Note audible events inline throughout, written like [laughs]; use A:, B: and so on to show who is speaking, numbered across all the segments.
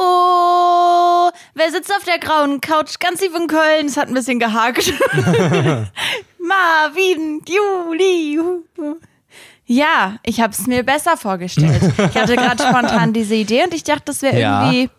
A: Oh, wer sitzt auf der grauen Couch ganz tief in Köln? Es hat ein bisschen
B: [laughs]
A: gehakt. Marvin, Juli. Ja, ich habe es mir besser vorgestellt. Ich hatte
B: [laughs]
A: gerade spontan diese Idee und ich dachte, das wäre
B: Ja.
A: irgendwie.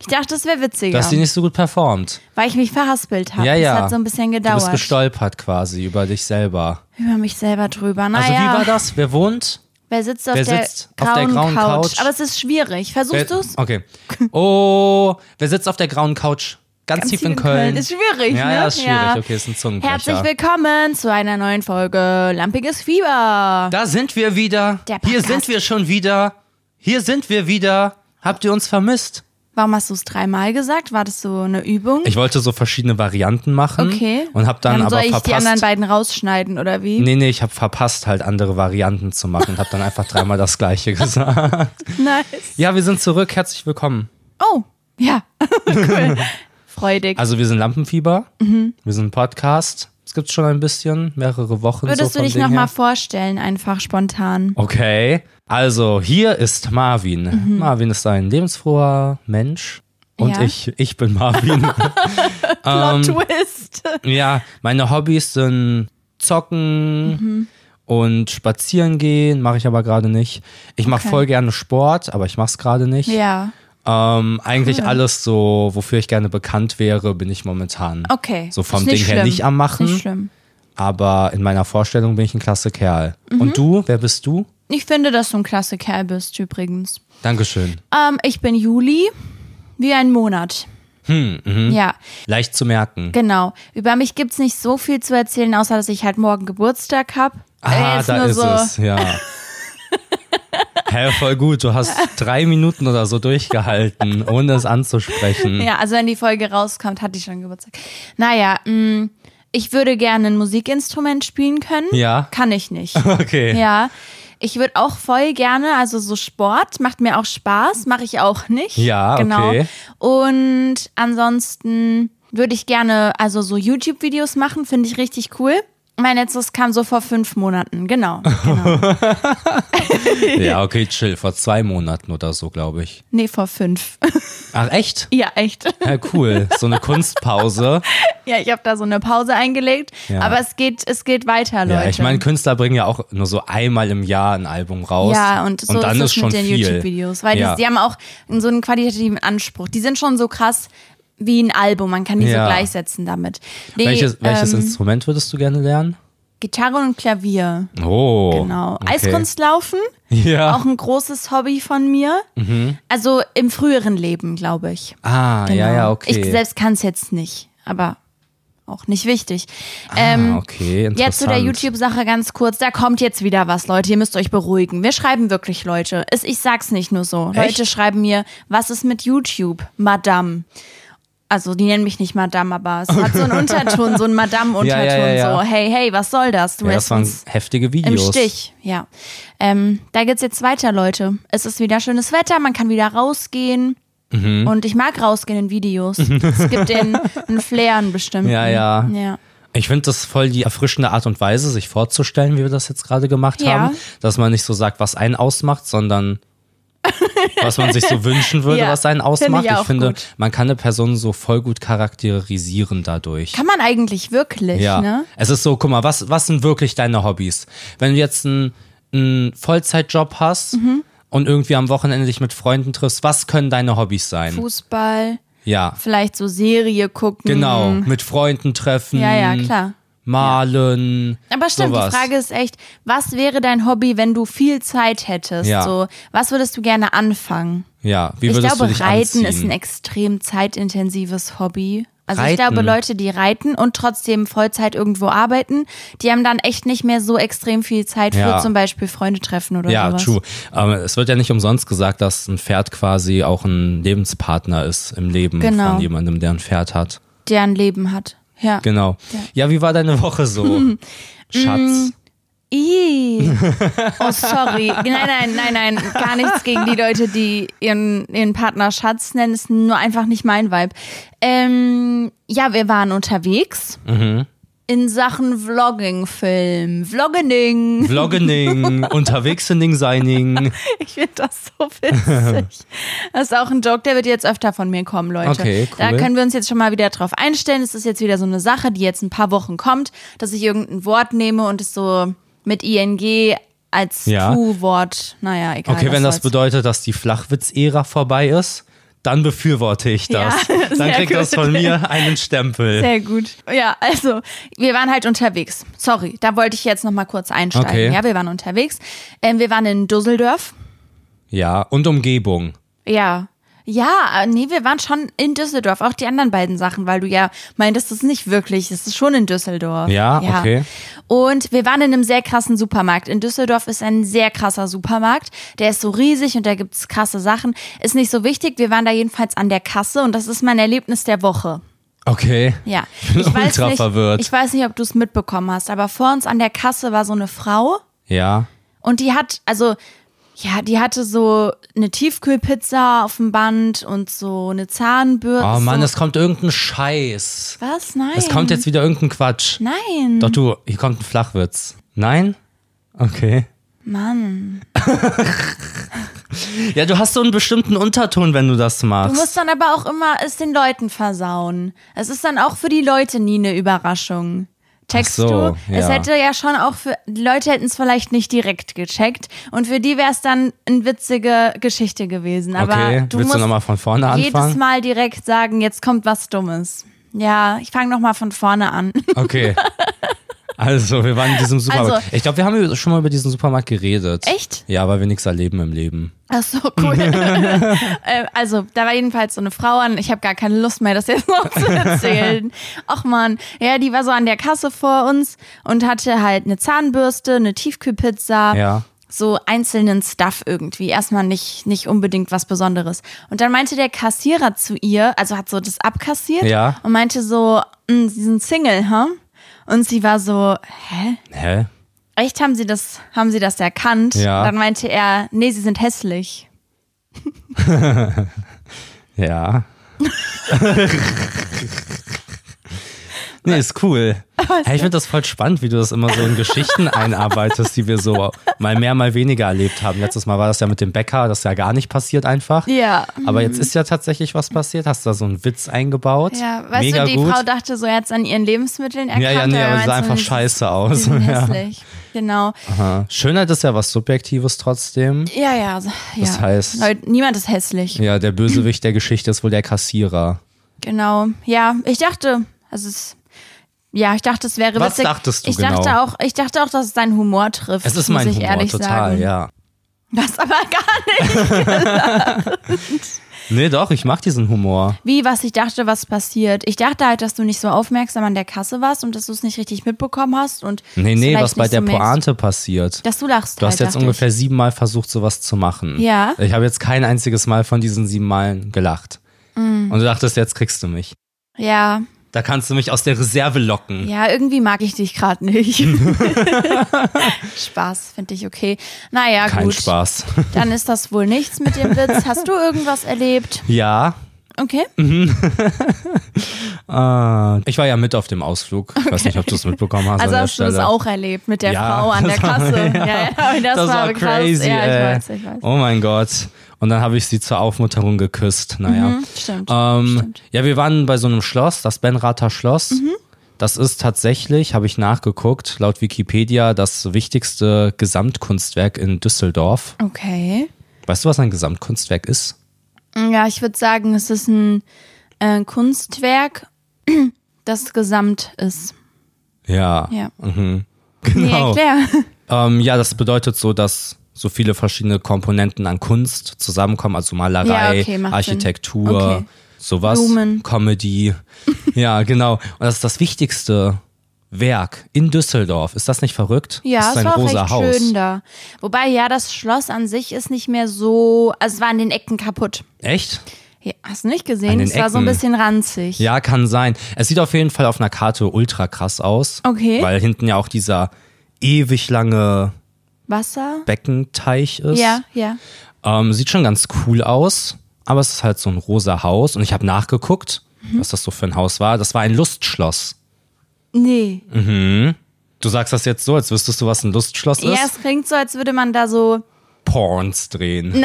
A: Ich dachte, das wäre witziger.
B: Dass sie nicht so gut performt.
A: weil ich mich verhaspelt habe.
B: ja, ja.
A: Das hat so ein bisschen
B: Du bist
A: gedauert.
B: gestolpert quasi über dich selber.
A: Über mich selber drüber. Naja.
B: Also wie war das? Wer wohnt?
A: Wer sitzt auf,
B: Wer
A: der,
B: sitzt auf
A: grauen
B: der grauen
A: Couch?
B: Couch?
A: Aber es ist schwierig.
B: Wer,
A: Versuchst du es? [laughs]
B: okay. Oh, wer sitzt auf der grauen Couch? Ganz, tief in Köln.
A: Ist schwierig,
B: ja,
A: ne?
B: ja, ist schwierig. Okay, ist ein Zungenkrecher.
A: Herzlich willkommen zu einer neuen Folge Lampiges Fieber.
B: Da sind wir wieder.
A: Der
B: Hier
A: Podcast.
B: sind wir schon wieder. Hier sind wir wieder. Habt ihr uns vermisst?
A: Warum hast du es dreimal gesagt? War das so eine Übung?
B: Ich wollte so verschiedene Varianten machen
A: okay.
B: und hab dann, aber
A: soll ich
B: verpasst.
A: die anderen beiden rausschneiden oder wie?
B: nee, nee, ich habe verpasst halt andere Varianten zu machen und habe dann einfach dreimal das gleiche [laughs] gesagt.
A: [laughs] Nice.
B: Ja, wir sind zurück. Herzlich willkommen.
A: Oh, ja. [laughs] cool.
B: [laughs]
A: Freudig.
B: Also wir sind Lampenfieber.
A: Mhm.
B: Wir sind ein Podcast. Es gibt schon ein bisschen, mehrere Wochen.
A: Würdest
B: so
A: du
B: vom
A: dich
B: Ding
A: nochmal
B: her.
A: vorstellen, einfach spontan?
B: Okay, also hier ist Marvin. Marvin ist ein lebensfroher Mensch und
A: Mhm. Ja.
B: ich, ich
A: [laughs]
B: bin Marvin. Ähm,
A: Plot Twist.
B: [laughs] ja, meine Hobbys sind Zocken
A: Mhm.
B: und Spazieren gehen, mache ich aber gerade nicht. Ich mache voll gerne Sport, aber ich mache es gerade nicht.
A: ja.
B: Ähm, eigentlich alles so, wofür ich gerne bekannt wäre, bin ich momentan.
A: Okay.
B: So vom
A: Ist
B: Ding
A: nicht
B: her
A: schlimm.
B: nicht am Machen.
A: Nicht schlimm.
B: aber in meiner Vorstellung bin ich ein klasse Kerl.
A: Mhm.
B: Und du, wer bist du?
A: Ich finde, dass du ein klasse Kerl bist, übrigens.
B: Dankeschön.
A: Ähm, ich bin Juli, wie ein Monat. Hm,
B: mhm.
A: ja,
B: Leicht zu merken.
A: genau. Über mich gibt's nicht so viel zu erzählen, außer dass ich halt morgen Geburtstag hab. Äh,
B: Ah, da ist
A: [laughs]
B: es, ja. Hä, voll gut. Du hast drei Minuten oder so durchgehalten, ohne es anzusprechen.
A: Ja, also wenn die Folge rauskommt, hat die schon Geburtstag. Naja, mh, ich würde gerne ein Musikinstrument spielen können.
B: Ja.
A: Kann ich
B: [laughs]
A: nicht.
B: Okay.
A: ja. Ich würde auch voll gerne, also so Sport macht mir auch Spaß, mache ich auch nicht.
B: Ja,
A: genau.
B: okay.
A: Und ansonsten würde ich gerne, also so YouTube-Videos machen, finde ich richtig cool. Mein letztes kam so vor fünf Monaten,
B: [laughs]
A: genau.
B: Ja, okay, chill. Vor zwei Monaten oder so, glaube ich.
A: nee, vor fünf. [laughs]
B: Ach, echt?
A: ja, echt.
B: Ja, cool. So eine
A: [laughs]
B: Kunstpause.
A: Ja, ich habe da so eine Pause eingelegt,
B: Ja.
A: aber es geht, es geht weiter, Leute.
B: Ja, ich meine, Künstler bringen ja auch nur so einmal im Jahr ein Album raus.
A: Ja, und so
B: dann
A: ist
B: ist,
A: es
B: schon
A: mit den
B: viel.
A: YouTube-Videos, weil
B: ja.
A: die, die haben auch so einen qualitativen Anspruch. Die sind schon so krass wie ein Album, man kann die
B: Ja.
A: so gleichsetzen damit. Nee,
B: welches welches
A: ähm,
B: Instrument würdest du gerne lernen?
A: Gitarre und Klavier,
B: Oh.
A: genau.
B: okay. Ah.
A: Eiskunstlaufen,
B: [laughs] Ja.
A: auch ein großes Hobby von mir. Also im früheren Leben, glaube ich.
B: ah, Mhm. ja, ja, okay.
A: Genau. Ich selbst kann es jetzt nicht, aber auch nicht wichtig. ähm,
B: ah, okay, interessant.
A: Jetzt zu der YouTube-Sache ganz kurz. Da kommt jetzt wieder was, Leute. Ihr müsst euch beruhigen. Wir schreiben wirklich Leute. Es, ich sag's nicht nur so.
B: Echt?
A: Leute schreiben mir, was ist mit YouTube, Madame? Also, die nennen mich nicht Madame, aber es hat
B: [laughs]
A: so einen Unterton, so einen Madame-Unterton.
B: Ja, ja, ja, ja.
A: So, hey, hey, was soll das? Du
B: Ja,
A: lässt
B: das waren
A: uns
B: heftige
A: im
B: Videos.
A: Stich. Ja. Ähm, da geht's jetzt weiter, Leute. Es ist wieder schönes Wetter, man kann wieder rausgehen.
B: Mhm.
A: Und ich mag rausgehen in
B: [laughs]
A: Videos. Es gibt den, einen Flair, einen bestimmten.
B: Ja, ja.
A: ja.
B: Ich finde das voll die erfrischende Art und Weise, sich vorzustellen, wie wir das jetzt gerade gemacht
A: Ja.
B: haben. Dass man nicht so sagt, was einen
A: [laughs]
B: ausmacht, sondern was man sich so wünschen würde,
A: Ja,
B: was einen
A: finde ich
B: ausmacht.
A: auch
B: finde,
A: gut.
B: man kann eine Person so voll gut charakterisieren dadurch.
A: Kann man eigentlich wirklich,
B: ja.
A: ne?
B: Es ist so, guck mal, was, was sind wirklich deine Hobbys? Wenn du jetzt einen, einen Vollzeitjob hast
A: Mhm.
B: und irgendwie am Wochenende dich mit Freunden triffst, was können deine Hobbys sein?
A: Fußball,
B: ja.
A: vielleicht so Serie gucken.
B: Genau, mit Freunden treffen.
A: Ja, ja, klar.
B: Malen.
A: Aber stimmt,
B: sowas.
A: die Frage ist echt, was wäre dein Hobby, wenn du viel Zeit hättest?
B: Ja.
A: So, was würdest du gerne anfangen?
B: Ja, wie
A: Ich
B: würdest
A: glaube,
B: du dich
A: Reiten
B: anziehen?
A: ist ein extrem zeitintensives Hobby. Also ich
B: Reiten.
A: glaube, Leute, die reiten und trotzdem Vollzeit irgendwo arbeiten, die haben dann echt nicht mehr so extrem viel Zeit
B: Ja.
A: für zum Beispiel Freunde treffen oder
B: Ja,
A: sowas.
B: true. Aber es wird ja nicht umsonst gesagt, dass ein Pferd quasi auch ein Lebenspartner ist im Leben
A: Genau.
B: von jemandem, der ein Pferd hat.
A: Der ein Leben hat. Ja. Mm.
B: Genau. Ja, wie war deine
A: [laughs]
B: Woche so? Schatz.
A: Ih. Oh, sorry. Nein, nein, nein, nein. Gar nichts gegen die Leute, die ihren, ihren Partner Schatz nennen. Ist nur einfach nicht mein Vibe. Ähm, ja, wir waren unterwegs. In Sachen Vlogging-Film. Vloggening. [laughs]
B: Vloggening, unterwegs in Ding Seining.
A: Ich finde das so
B: [laughs]
A: witzig. Das ist auch ein Joke, der wird jetzt öfter von mir kommen, Leute.
B: Okay, cool.
A: Da können wir uns jetzt schon mal wieder drauf einstellen. Es ist jetzt wieder so eine Sache, die jetzt ein paar Wochen kommt, dass ich irgendein Wort nehme und es so mit ING als
B: Ja.
A: Tu-Wort, naja, egal.
B: Okay,
A: was
B: wenn das
A: soll's.
B: bedeutet, dass die Flachwitz-Ära vorbei ist, dann befürworte ich das.
A: Ja, [laughs]
B: dann
A: sehr
B: kriegt das
A: gut.
B: von mir einen Stempel.
A: Sehr gut. Ja, also, wir waren halt unterwegs. Sorry, da wollte ich jetzt nochmal kurz einsteigen.
B: Okay.
A: Ja, wir waren unterwegs. Ähm, wir waren in Düsseldorf.
B: ja, und Umgebung.
A: Ja. Ja, äh, nee, wir waren schon in Düsseldorf, auch die anderen beiden Sachen, weil du ja meintest, das ist nicht wirklich, es ist schon in Düsseldorf.
B: Ja, okay.
A: Und wir waren in einem sehr krassen Supermarkt. In Düsseldorf ist ein sehr krasser Supermarkt. Der ist so riesig und da gibt's krasse Sachen. Ist nicht so wichtig, wir waren da jedenfalls an der Kasse und das ist mein Erlebnis der Woche.
B: Okay.
A: Ja.
B: bin [laughs] ultra
A: nicht,
B: verwirrt.
A: Ich weiß nicht, ob du es mitbekommen hast, aber vor uns an der Kasse war so eine Frau
B: Ja.
A: und die hat, also, ja, die hatte so eine Tiefkühlpizza auf dem Band und so eine Zahnbürste.
B: Oh Mann,
A: so.
B: es kommt irgendein Scheiß.
A: Was? Nein.
B: Es kommt jetzt wieder irgendein Quatsch.
A: Nein.
B: Doch du, hier kommt ein Flachwitz. Nein? Okay.
A: Mann.
B: Ja, du hast so einen bestimmten Unterton, wenn du das
A: Du musst
B: machst.
A: dann aber auch immer es den Leuten versauen. Es ist dann auch für die Leute nie eine Überraschung. Checkst
B: Ach so,
A: du? Es
B: ja.
A: hätte ja schon auch für die Leute hätten es vielleicht nicht direkt gecheckt und für die wäre es dann eine witzige Geschichte gewesen. Aber
B: okay,
A: du
B: willst
A: musst
B: du nochmal von vorne
A: jedes
B: anfangen?
A: Mal direkt sagen, jetzt kommt was Dummes. Ja, ich fange noch mal von vorne an.
B: Okay. Also, wir waren in diesem Supermarkt.
A: Also-
B: ich glaube, wir haben schon mal über diesen Supermarkt geredet.
A: Echt?
B: Ja, weil wir nichts erleben im Leben.
A: Ach so,
B: [laughs]
A: cool. äh, also, da war jedenfalls so eine Frau an. Ich habe gar keine Lust mehr, das jetzt noch
B: [laughs]
A: zu erzählen. Och man. Ja, die war so an der Kasse vor uns und hatte halt eine Zahnbürste, eine Tiefkühlpizza.
B: Ja.
A: So einzelnen Stuff irgendwie. Erstmal nicht, nicht unbedingt was Besonderes. Und dann meinte der Kassierer zu ihr, also hat so das abkassiert
B: Ja.
A: und meinte so, "Mm, Sie sind Single, huh? Und sie war so, hä?
B: Hä?
A: Echt, haben sie das, haben sie das erkannt?
B: Ja.
A: Dann meinte er, nee, sie sind hässlich. [laughs]
B: Ja. nee, ist cool. Hey, ich finde das voll spannend, wie du das immer so
A: [laughs]
B: in Geschichten einarbeitest, die wir so mal mehr, mal weniger erlebt haben. Letztes Mal war das ja mit dem Bäcker, das ist ja gar nicht passiert einfach.
A: Ja. Mhm.
B: Aber jetzt ist ja tatsächlich was passiert. Hast da so einen Witz eingebaut.
A: Ja, weißt
B: Mega
A: du, die
B: gut.
A: Frau dachte so, er hat es an ihren Lebensmitteln erkannt.
B: ja, ja, nee, aber sie sah einfach
A: scheiße.
B: scheiße aus. [laughs] Ja.
A: hässlich. Genau.
B: Aha. Schönheit ist ja was Subjektives trotzdem.
A: Ja, ja. so- ja.
B: Das heißt-
A: Leute, niemand ist hässlich.
B: Ja, der Bösewicht der Geschichte ist wohl der Kassierer.
A: Genau. Ja, ich dachte, also es. Ja, ich dachte, es wäre
B: Was
A: witzig.
B: dachtest du
A: ich
B: genau?
A: dachte auch, ich dachte auch, dass es deinen Humor trifft.
B: Es ist
A: muss
B: mein
A: ich
B: Humor,
A: ehrlich
B: total,
A: sagen.
B: ja.
A: Was aber [laughs] gar nicht.
B: Nee, doch, ich mag diesen Humor.
A: Wie, was ich dachte, was passiert. Ich dachte halt, dass du nicht so aufmerksam an der Kasse warst und dass du es nicht richtig mitbekommen hast und
B: Nee, nee,
A: vielleicht
B: was bei
A: nicht
B: der
A: so merkst.
B: Pointe passiert.
A: Dass du lachst.
B: Du hast
A: halt,
B: jetzt
A: dachte
B: ungefähr siebenmal versucht, sowas zu machen.
A: Ja.
B: Ich habe jetzt kein einziges Mal von diesen sieben Malen gelacht.
A: Mm.
B: Und du dachtest, jetzt kriegst du mich.
A: Ich. Ja,
B: Da kannst du mich aus der Reserve locken.
A: Ja, irgendwie mag ich dich gerade
B: [laughs]
A: nicht. Spaß, finde ich okay. Naja,
B: Kein
A: gut.
B: Spaß. [laughs]
A: Dann ist das wohl nichts mit dem Witz. Hast du irgendwas erlebt?
B: ja.
A: Okay.
B: Äh, ich war ja mit auf dem Ausflug. Ich weiß nicht, ob
A: [laughs]
B: du es mitbekommen hast.
A: Also
B: an der
A: hast du das
B: Stelle.
A: auch erlebt mit der
B: Ja,
A: Frau an der
B: das war-
A: Kasse.
B: [laughs] ja.
A: ja, ja, das,
B: Das war
A: krass.
B: crazy.
A: Ja, ich
B: ey.
A: weiß, ich weiß.
B: Oh mein Gott. Und dann habe ich sie zur Aufmunterung geküsst. Naja.
A: Hm, stimmt.
B: Ähm,
A: Stimmt. Mhm.
B: ja, wir waren bei so einem Schloss, das Benrather Schloss. Das ist tatsächlich, habe ich nachgeguckt, laut Wikipedia das wichtigste Gesamtkunstwerk in Düsseldorf.
A: Okay.
B: Weißt du, was ein Gesamtkunstwerk ist?
A: Ja, ich würde sagen, es ist ein äh, Kunstwerk, [clears throat] das gesamt ist.
B: Ja.
A: Ja. Nee,
B: Genau.
A: erklär.
B: ähm, ja, das bedeutet so, dass so viele verschiedene Komponenten an Kunst zusammenkommen, also Malerei,
A: Ja, okay, macht Sinn.
B: Architektur,
A: Okay.
B: Sowas.
A: Blumen.
B: Comedy. [laughs] Ja, genau. Und das ist das wichtigste Werk in Düsseldorf. Ist das nicht verrückt?
A: Ja,
B: das ist
A: es
B: ein
A: war auch
B: rosa
A: recht
B: Haus.
A: schön da. Wobei, ja, das Schloss an sich ist nicht mehr so, also es war an den Ecken kaputt.
B: Echt?
A: Ja, hast du nicht gesehen?
B: An den
A: es war so ein
B: Ecken.
A: bisschen ranzig.
B: Ja, kann sein. Es sieht auf jeden Fall auf einer Karte ultra krass aus.
A: Okay.
B: Weil hinten ja auch dieser ewig lange
A: Wasser?
B: Beckenteich ist.
A: Ja, ja.
B: Ähm, sieht schon ganz cool aus, aber es ist halt so ein rosa Haus. Und ich habe nachgeguckt,
A: Mhm.
B: was das so für ein Haus war. Das war ein Lustschloss.
A: Nee.
B: Du sagst das jetzt so, als wüsstest du, was ein Lustschloss
A: Ja,
B: ist.
A: es klingt so, als würde man da so.
B: Porns drehen.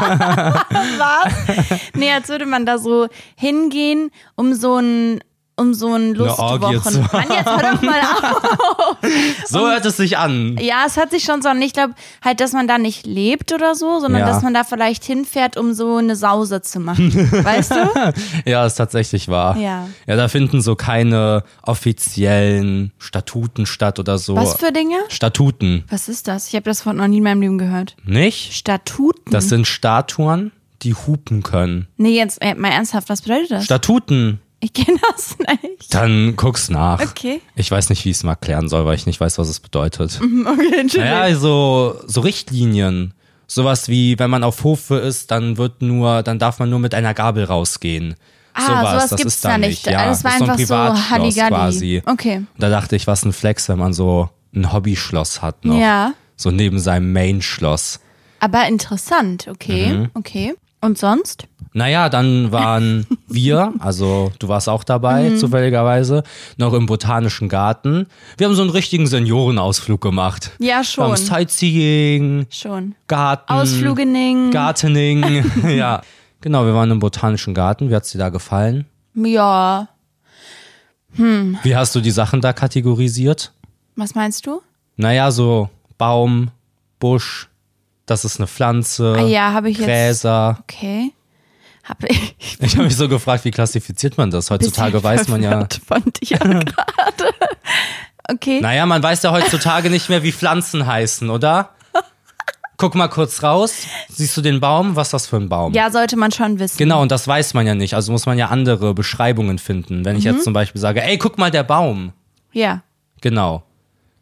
A: Was? nee, als würde man da so hingehen, um so ein um so ein
B: Orgie zu
A: Lustwochen. Mann, jetzt hör doch mal auf.
B: so hört es sich an.
A: Ja, es hat sich schon so an. Ich glaube halt, dass man da nicht lebt oder so, sondern
B: Ja.
A: dass man da vielleicht hinfährt, um so eine Sause zu
B: [laughs]
A: machen. weißt du?
B: Ja, ist tatsächlich wahr.
A: Ja.
B: Ja, da finden so keine offiziellen Statuten statt oder so.
A: Was für Dinge?
B: Statuten.
A: Was ist das? Ich habe das Wort noch nie in meinem Leben gehört.
B: Nicht?
A: Statuten?
B: Das sind Statuen, die hupen können.
A: nee, jetzt äh, mal ernsthaft, was bedeutet das?
B: Statuten.
A: ich kenne das [laughs] nicht.
B: Dann guck's nach.
A: Okay. [laughs]
B: Ich weiß nicht, wie ich es mal klären soll, weil ich nicht weiß, was es bedeutet.
A: Okay, Entschuldigung.
B: Naja, so, so Richtlinien. Sowas wie, wenn man auf Hofe ist, dann wird nur, dann darf man nur mit einer Gabel rausgehen.
A: Ah, sowas
B: das
A: gibt's
B: ist da nicht. Ja,
A: das war
B: ist
A: einfach
B: so ein Privatschloss
A: Halligalli.
B: quasi.
A: Okay.
B: Und da dachte ich, was ein Flex, wenn man so ein Hobbyschloss hat noch.
A: Ja.
B: So neben seinem Main-Schloss.
A: Aber interessant, okay,
B: Mhm.
A: okay. Und sonst?
B: Naja,
A: [laughs]
B: dann waren wir, also du warst auch dabei,
A: Mhm.
B: zufälligerweise, noch im Botanischen Garten. Wir haben so einen richtigen Seniorenausflug gemacht.
A: Ja,
B: Wir haben
A: schon.
B: Sightseeing,
A: Schon.
B: Garten.
A: Ausflugening.
B: Gartening.
A: [laughs]
B: ja. Genau, wir waren im Botanischen Garten. Wie hat's dir da gefallen?
A: ja.
B: Wie hast du die Sachen da kategorisiert?
A: Was meinst du?
B: Naja, so Baum, Busch, das ist eine Pflanze,
A: Ah ja, habe ich jetzt-
B: Gräser.
A: Okay. Hab ich. [laughs]
B: Ich habe mich so gefragt, wie klassifiziert man das? Heutzutage
A: Bisschen
B: weiß man ja.
A: verwirrt Von
B: [laughs]
A: dir gerade. Okay.
B: Naja, man weiß ja heutzutage nicht mehr, wie Pflanzen heißen, oder? Guck mal kurz raus. Siehst du den Baum? Was ist das für ein Baum?
A: Ja, sollte man schon wissen.
B: Genau, und das weiß man ja nicht. Also muss man ja andere Beschreibungen finden. Wenn ich
A: Mhm.
B: jetzt zum Beispiel sage, ey, guck mal, der Baum.
A: Ja.
B: Genau.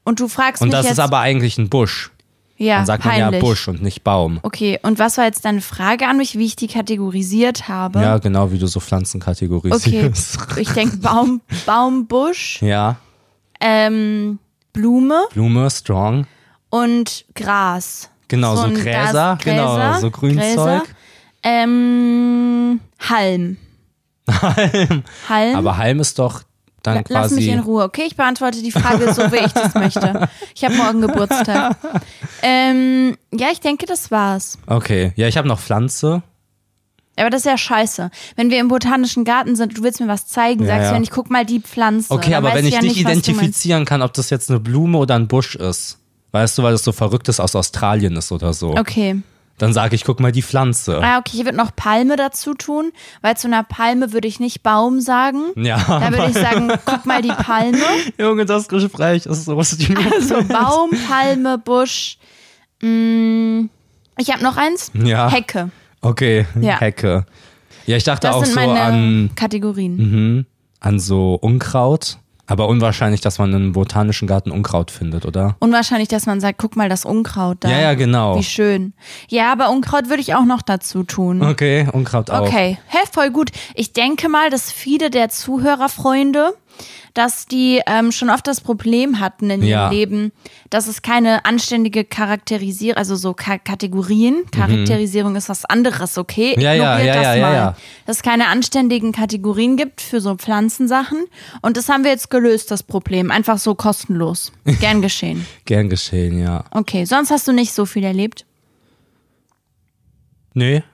A: Und du fragst
B: Und
A: mich
B: das
A: jetzt.
B: ist aber eigentlich ein Busch.
A: ja,
B: Dann sagt
A: peinlich.
B: man ja Busch und nicht Baum.
A: Okay, und was war jetzt deine Frage an mich, wie ich die kategorisiert habe?
B: Ja, genau wie du so Pflanzen [laughs]
A: Okay.
B: kategorisierst.
A: Ich denke Baum, Baumbusch,
B: [laughs] Ja,
A: ähm, Blume
B: Blume, strong.
A: und Gras.
B: Genau, so
A: ein
B: Gräser,
A: Gras-
B: genau,
A: Gräser,
B: so Grünzeug.
A: Gräser, Ähm, Halm. Halm. Halm.
B: Aber Halm ist doch dann
A: Lass mich in
B: quasi.
A: Ruhe, okay? Ich beantworte die Frage so, wie ich das möchte. Ich habe morgen Geburtstag.
B: [laughs]
A: Ähm, ja, ich denke, das war's.
B: Okay, ja, ich habe noch Pflanze.
A: Aber das ist ja scheiße. Wenn wir im botanischen Garten sind, du willst mir was zeigen,
B: Ja,
A: sagst
B: ja.
A: du ja nicht, guck mal die Pflanze.
B: Okay,
A: Dann
B: aber
A: weiß
B: wenn ich
A: ja
B: nicht
A: was du meinst.
B: identifizieren kann, ob das jetzt eine Blume oder ein Busch ist, weißt du, weil das so Verrücktes aus Australien ist oder so,
A: Okay.
B: dann sage ich, guck mal die Pflanze.
A: Ah, okay, ich würde noch Palme dazu tun, weil zu einer Palme würde ich nicht Baum sagen.
B: Ja,
A: Da würde ich
B: [laughs]
A: sagen, guck mal die Palme.
B: Junge, das Gespräch ist so stupid.
A: So Baum, Palme, Busch. Mm, ich habe noch eins.
B: Ja.
A: Hecke.
B: Okay,
A: Ja.
B: Hecke. Ja, ich dachte
A: Das
B: auch
A: sind
B: so
A: meine
B: an Mhm.
A: Kategorien.
B: an so Unkraut. Aber unwahrscheinlich, dass man im botanischen Garten Unkraut findet, oder?
A: Unwahrscheinlich, dass man sagt, guck mal das Unkraut da.
B: Ja, ja, genau.
A: Wie schön. Ja, aber Unkraut würde ich auch noch dazu tun.
B: Okay, Unkraut auch.
A: Okay, hä, voll gut. Ich denke mal, dass viele der Zuhörerfreunde, dass die ähm, schon oft das Problem hatten in
B: Ja.
A: ihrem Leben, dass es keine anständige Charakterisierung, also so Ka Kategorien, Charakterisierung ist was anderes, okay?
B: Mhm. Ja, ja,
A: Ignoriert
B: ja,
A: das
B: ja, ja,
A: mal.
B: ja.
A: Dass es keine anständigen Kategorien gibt für so Pflanzensachen. Und das haben wir jetzt gelöst, das Problem. Einfach so
B: [laughs]
A: kostenlos. Gern geschehen.
B: Gern geschehen, ja.
A: Okay, sonst hast du nicht so viel erlebt.
B: Nee.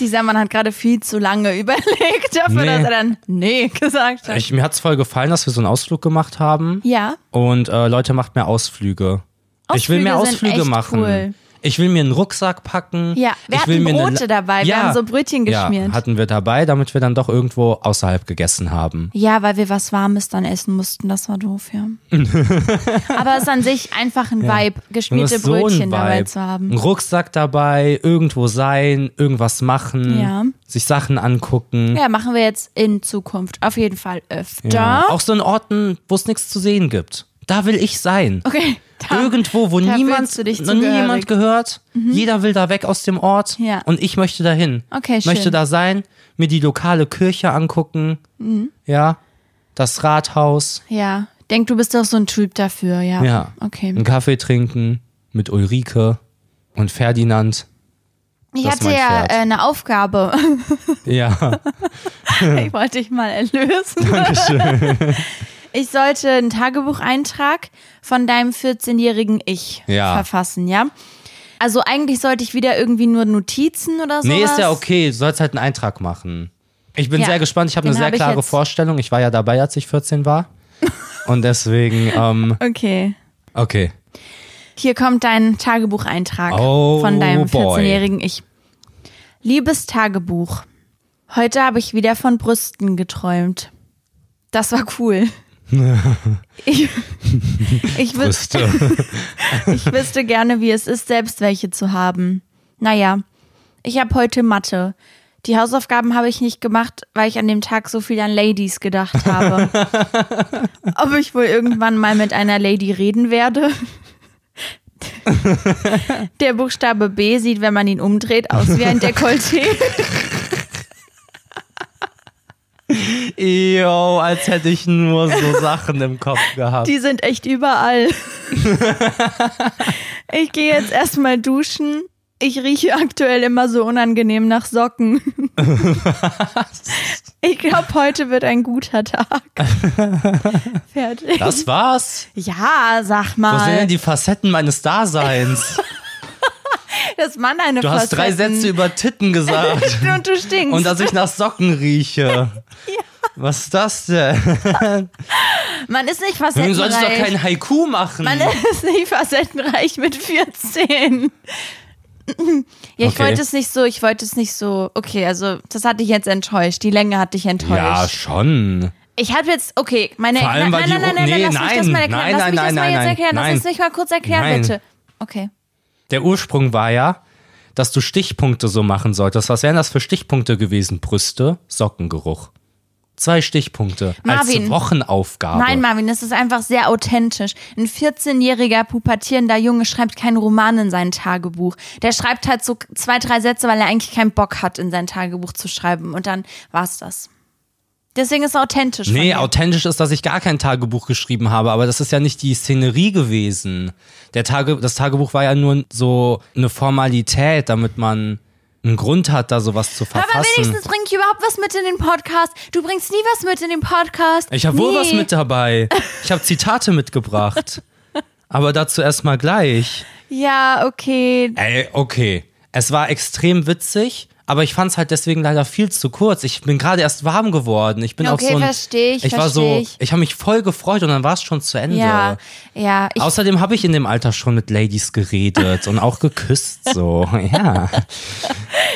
A: Dieser Mann hat gerade viel zu lange [laughs] überlegt, dafür,
B: Nee.
A: dass er dann Nee gesagt hat.
B: Ich, mir hat's voll gefallen, dass wir so einen Ausflug gemacht haben.
A: ja,
B: Und äh, Leute, macht mehr Ausflüge. ich will
A: Ausflüge
B: mehr
A: sind
B: Ausflüge
A: echt
B: machen.
A: cool.
B: ich will mir einen Rucksack packen.
A: Ja, wir
B: ich
A: hatten
B: will mir eine
A: Brote
B: La-
A: dabei, wir haben so Brötchen
B: Ja,
A: geschmiert.
B: hatten wir dabei, damit wir dann doch irgendwo außerhalb gegessen haben.
A: Ja, weil wir was Warmes dann essen mussten, das war doof,
B: [laughs]
A: ja. Aber es ist an sich einfach ein Vibe,
B: Und das
A: geschmierte
B: ist so ein
A: Brötchen dabei
B: Vibe.
A: zu haben.
B: Ein Rucksack dabei, irgendwo sein, irgendwas machen,
A: Ja.
B: sich Sachen angucken.
A: Ja, machen wir jetzt in Zukunft auf jeden Fall öfter.
B: Ja. Auch so in Orten, wo es nichts zu sehen gibt. Da will ich sein.
A: Okay, da-
B: Irgendwo, wo
A: Oh, da
B: niemand,
A: fühlst du dich
B: noch nie
A: zugehörig.
B: jemand gehört. Jeder will da weg aus dem Ort.
A: Ja.
B: Und ich möchte dahin.
A: Okay, schön.
B: Möchte da sein, mir die lokale Kirche angucken.
A: Mhm.
B: Ja. Das Rathaus.
A: Ja, denk, du bist doch so ein Typ dafür, ja.
B: Ja.
A: Okay.
B: Einen Kaffee trinken mit Ulrike und Ferdinand.
A: Ich
B: das
A: hatte
B: mein
A: ja
B: Pferd.
A: äh, eine Aufgabe. [laughs]
B: Ja.
A: Ich [laughs] wollte dich mal erlösen. [laughs] Ich sollte einen Tagebucheintrag von deinem 14-jährigen Ich
B: Ja.
A: verfassen, ja? Also eigentlich sollte ich wieder irgendwie nur Notizen oder sowas.
B: nee, ist ja okay. Du sollst halt einen Eintrag machen. Ich bin
A: Ja,
B: sehr gespannt. Ich habe eine
A: den
B: sehr
A: hab ich
B: klare
A: jetzt.
B: Vorstellung. Ich war ja dabei, als ich 14 [laughs] war. Und deswegen, ähm,
A: Okay.
B: okay.
A: Hier kommt dein Tagebucheintrag
B: Oh,
A: von deinem
B: boy.
A: 14-jährigen Ich. Liebes Tagebuch, heute habe ich wieder von Brüsten geträumt. Das war
B: [laughs]
A: cool. ich, ich, wüs-
B: Brüste. [laughs]
A: Ich wüsste gerne, wie es ist, selbst welche zu haben. Naja, ich habe heute Mathe. Die Hausaufgaben habe ich nicht gemacht, weil ich an dem Tag so viel an Ladies gedacht habe. Ob ich wohl irgendwann mal mit einer Lady reden werde? Der Buchstabe B sieht, wenn man ihn umdreht, aus wie ein Dekolleté.
B: Jo, als hätte ich nur so Sachen im Kopf gehabt.
A: Die sind echt
B: [laughs]
A: überall. ich gehe jetzt erstmal duschen. Ich rieche aktuell immer so unangenehm nach
B: [laughs]
A: Socken. ich glaube, heute wird ein guter
B: [laughs]
A: Tag. Fertig.
B: das war's.
A: Ja, sag
B: Wo sind
A: mal.
B: denn die Facetten meines Daseins?
A: Das Mann eine
B: Du hast drei
A: Facetten.
B: Sätze über Titten [laughs] gesagt
A: [laughs] und du stinkst.
B: und dass ich nach Socken rieche. Was ist das denn?
A: Man ist nicht
B: Du solltest doch
A: facettenreich.
B: kein Haiku machen.
A: Man ist nicht facettenreich mit 14. [clears throat] Ja, ich
B: Okay.
A: wollte es nicht so, ich wollte es nicht so. Okay, also das hat dich jetzt enttäuscht. Die Länge hat dich enttäuscht.
B: Ja, schon.
A: Ich habe jetzt, okay, meine.
B: Vor allem,
A: nein, nein,
B: weil die-
A: nein, nein,
B: nee,
A: nein, lass mich das
B: nein,
A: mal erklären.
B: nein,
A: lass mich
B: nein,
A: das mal
B: nein,
A: jetzt
B: nein,
A: erklären.
B: nein.
A: Lass mich mal kurz erklären,
B: Nein.
A: bitte. Okay.
B: Der Ursprung war ja, dass du Stichpunkte so machen solltest. Was wären das für Stichpunkte gewesen? Brüste, Sockengeruch. Zwei Stichpunkte
A: Marvin.
B: als Wochenaufgabe.
A: Nein, Marvin, das ist einfach sehr authentisch. Ein 14-jähriger pubertierender Junge schreibt keinen Roman in sein Tagebuch. Der schreibt halt so zwei, drei Sätze, weil er eigentlich keinen Bock hat, in sein Tagebuch zu schreiben. Und dann war's das. Deswegen ist es authentisch. von
B: Nee,
A: dir.
B: authentisch ist, dass ich gar kein Tagebuch geschrieben habe, aber das ist ja nicht die Szenerie gewesen. Der Tage, das Tagebuch war ja nur so eine Formalität, damit man einen Grund hat, da sowas zu
A: Aber
B: verfassen.
A: wenigstens bringe ich überhaupt was mit in den Podcast. Du bringst nie was mit in den Podcast.
B: Ich habe wohl
A: nie.
B: was mit dabei. Ich habe
A: [laughs]
B: Zitate mitgebracht. Aber dazu erstmal gleich.
A: Ja, okay.
B: Ey, okay. Es war extrem witzig, aber ich fand es halt deswegen leider viel zu kurz. Ich bin gerade erst warm geworden. Ich bin
A: Okay,
B: auf so ein,
A: versteh ich,
B: ich war so,
A: versteh
B: ich,
A: ich.
B: habe mich voll gefreut und dann war es schon zu Ende.
A: Ja, ja. Ich
B: Außerdem habe ich in dem Alter schon mit Ladies geredet und auch
A: [laughs]
B: geküsst so. Ja.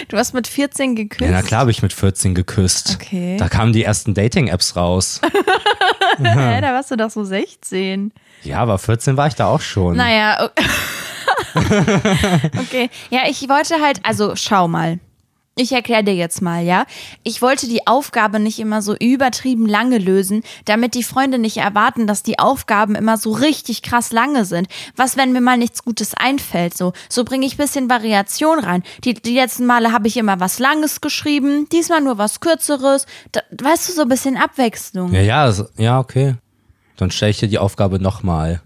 A: Du hast mit 14 geküsst?
B: ja na klar habe ich mit 14 geküsst.
A: Okay.
B: Da kamen die ersten Dating-Apps
A: [laughs]
B: raus.
A: Hä, da warst du doch so 16.
B: Ja, aber 14 war ich da auch schon.
A: Naja, o- [laughs] okay. Ja, ich wollte halt, also schau mal. Ich erkläre dir jetzt mal, ja. Ich wollte die Aufgabe nicht immer so übertrieben lange lösen, damit die Freunde nicht erwarten, dass die Aufgaben immer so richtig krass lange sind. Was, wenn mir mal nichts Gutes einfällt? So, so bringe ich bisschen Variation rein. Die, die letzten Male habe ich immer was Langes geschrieben, diesmal nur was Kürzeres. Da, weißt du, so ein bisschen Abwechslung.
B: Ja, ja, so- ja, okay. Dann stelle ich dir die Aufgabe nochmal.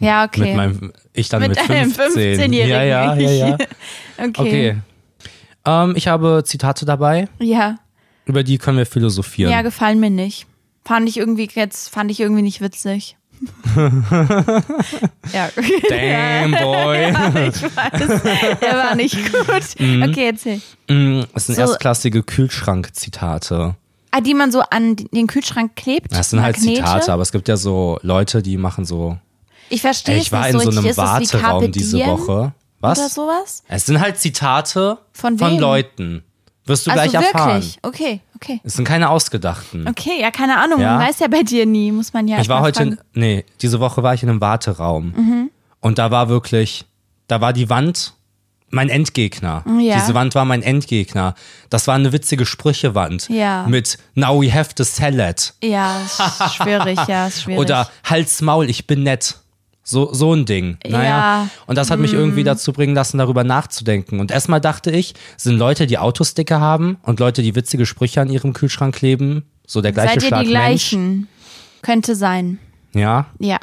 A: Ja, okay.
B: Mit meinem, ich dann mit,
A: Mit [laughs] einem
B: 15.
A: 15-Jährigen.
B: Ja, ja, ja, ja.
A: okay.
B: Okay. Ähm, ich habe Zitate dabei,
A: Ja.
B: über die können wir philosophieren.
A: Ja, gefallen mir nicht. Fand ich irgendwie jetzt, fand ich irgendwie nicht
B: [laughs]
A: witzig. ja, [laughs] okay. [laughs]
B: Damn, boy.
A: der war nicht gut.
B: Mhm.
A: Okay, erzähl.
B: Mm, Das sind
A: So-
B: erstklassige Kühlschrank-Zitate.
A: Ah, die man so an den Kühlschrank klebt.
B: Das sind halt
A: Magnete?
B: Zitate, aber es gibt ja so Leute, die machen so.
A: Ich
B: Ey,
A: verstehe es
B: ich war
A: nicht
B: in so
A: richtig.
B: einem
A: Ist es wie
B: Warteraum diese
A: Carpe Diem?
B: Woche. Was?
A: oder sowas?
B: Es sind halt Zitate
A: Von wem?
B: Leuten. Wirst du
A: also
B: gleich erfahren.
A: wirklich. Okay, okay.
B: Es sind keine ausgedachten.
A: Okay, ja, keine Ahnung.
B: Ja.
A: Man weiß ja bei dir nie, muss man ja.
B: Ich war
A: mal
B: heute, in,
A: fragen. Mhm.
B: nee, diese Woche war ich in einem Warteraum. Und da war wirklich, da war die Wand mein Endgegner.
A: Oh, Ja.
B: Diese Wand war mein Endgegner. Das war eine witzige Sprüchewand.
A: Ja.
B: Mit Now we have the salad.
A: Ja, ist schwierig, ja,
B: [laughs]
A: ist schwierig.
B: Oder Hals Maul, ich bin nett. So, so ein Ding. Naja.
A: Ja. Mhm.
B: Und das hat mich irgendwie dazu bringen lassen, darüber nachzudenken. Und erstmal dachte ich, sind Leute, die Autosticker haben und Leute, die witzige Sprüche an ihrem Kühlschrank kleben, so der gleiche
A: Seid ihr
B: Schlag
A: die gleichen? Könnte sein.
B: Mensch. Ja.
A: Ja.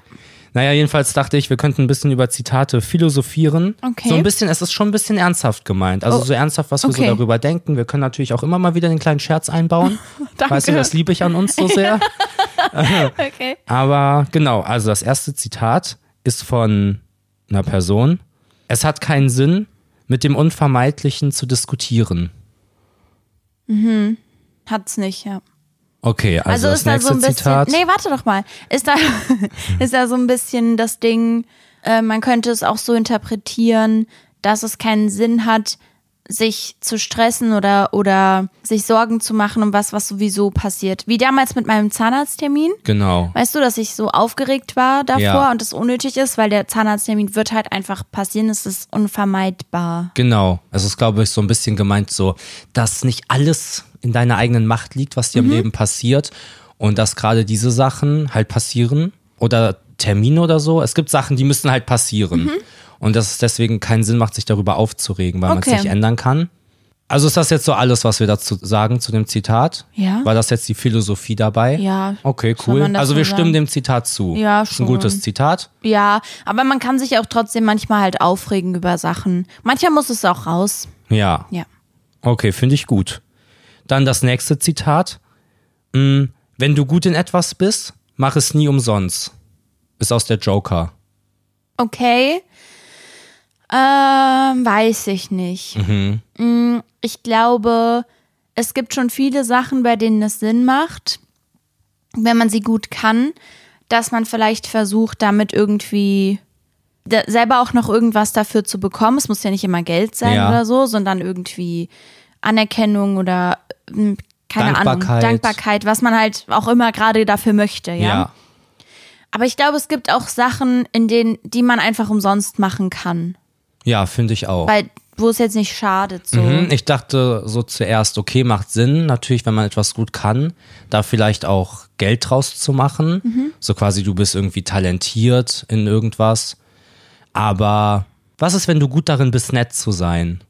B: Naja, jedenfalls dachte ich, wir könnten ein bisschen über Zitate philosophieren.
A: Okay. Oh,
B: So ein bisschen, es ist schon ein bisschen ernsthaft gemeint. Also so ernsthaft, was wir
A: okay.
B: so darüber denken. Wir können natürlich auch immer mal wieder einen kleinen
A: [laughs]
B: Scherz einbauen.
A: Danke.
B: Weißt du, das liebe ich an uns
A: [laughs]
B: so sehr.
A: Okay.
B: Aber genau, also das erste Zitat ist von einer Person. Es hat keinen Sinn, mit dem Unvermeidlichen zu diskutieren.
A: Hat's nicht, ja.
B: Okay,
A: Also,
B: also, das
A: ist da
B: nächste
A: so ein bisschen.
B: Zitat.
A: Nee, warte doch mal. Ist da, [laughs] ist da so ein bisschen das Ding, äh, man könnte es auch so interpretieren, dass es keinen Sinn hat, sich zu stressen oder, oder sich Sorgen zu machen um was, was sowieso passiert. Wie damals mit meinem Zahnarzttermin.
B: Genau.
A: Weißt du, dass ich so aufgeregt war davor
B: Ja.
A: und das unnötig ist, weil der Zahnarzttermin wird halt einfach passieren, es ist unvermeidbar.
B: Genau. Es ist, glaube ich, so ein bisschen gemeint so, dass nicht alles in deiner eigenen Macht liegt, was
A: Mhm.
B: dir im Leben passiert und dass gerade diese Sachen halt passieren oder Termine oder so. Es gibt Sachen, die müssen halt passieren.
A: Mhm.
B: Und dass es deswegen keinen Sinn macht, sich darüber aufzuregen, weil man
A: Okay.
B: es nicht ändern kann. Also ist das jetzt so alles, was wir dazu sagen zu dem Zitat?
A: Ja.
B: War das jetzt die Philosophie dabei?
A: Ja,
B: Okay,
A: kann
B: cool.
A: man das
B: Also
A: so
B: wir
A: sagen.
B: stimmen dem Zitat zu.
A: Ja,
B: Ist Ein gutes Zitat.
A: Ja, aber man kann sich auch trotzdem manchmal halt aufregen über Sachen. Manchmal muss es auch raus.
B: Ja.
A: Ja.
B: Okay, finde ich gut. Dann das nächste Zitat. Mm, Wenn du gut in etwas bist, mach es nie umsonst. Ist aus der Joker.
A: Okay. Ähm, weiß ich nicht.
B: Mhm.
A: Mm, Ich glaube, es gibt schon viele Sachen, bei denen es Sinn macht, wenn man sie gut kann, dass man vielleicht versucht, damit irgendwie da- selber auch noch irgendwas dafür zu bekommen. Es muss ja nicht immer Geld sein
B: Ja.
A: oder so, sondern irgendwie Anerkennung oder mm, keine Ahnung,
B: Dankbarkeit.
A: Dankbarkeit, was man halt auch immer gerade dafür möchte,
B: Ja.
A: aber ich glaube, es gibt auch Sachen, in denen, die man einfach umsonst machen kann.
B: Ja, finde ich auch.
A: Weil, wo es jetzt nicht schadet, so.
B: Mhm, Ich dachte so zuerst, okay, macht Sinn, natürlich, wenn man etwas gut kann, da vielleicht auch Geld draus zu machen.
A: Mhm.
B: So quasi, du bist irgendwie talentiert in irgendwas. Aber was ist, wenn du gut darin bist, nett zu sein?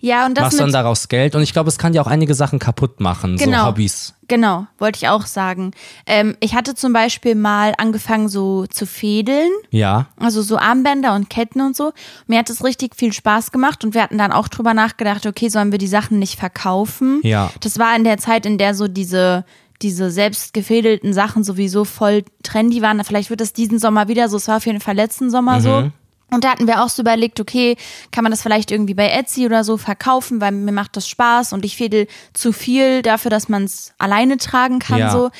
A: Ja, und das
B: Machst dann
A: mit,
B: daraus Geld? Und ich glaube, es kann dir auch einige Sachen kaputt machen,
A: Genau.
B: so Hobbys.
A: genau, wollte ich auch sagen. Ähm, ich hatte zum Beispiel mal angefangen, so zu fädeln.
B: Ja.
A: Also so Armbänder und Ketten und so. Mir hat es richtig viel Spaß gemacht und wir hatten dann auch drüber nachgedacht, okay, sollen wir die Sachen nicht verkaufen?
B: Ja.
A: Das war in der Zeit, in der so diese diese selbst gefädelten Sachen sowieso voll trendy waren. Vielleicht wird das diesen Sommer wieder so. Es war auf jeden Fall letzten Sommer
B: Mhm.
A: so. Und da hatten wir auch so überlegt, okay, kann man das vielleicht irgendwie bei Etsy oder so verkaufen, weil mir macht das Spaß und ich fädel zu viel dafür, dass man es alleine tragen kann
B: Ja.
A: so.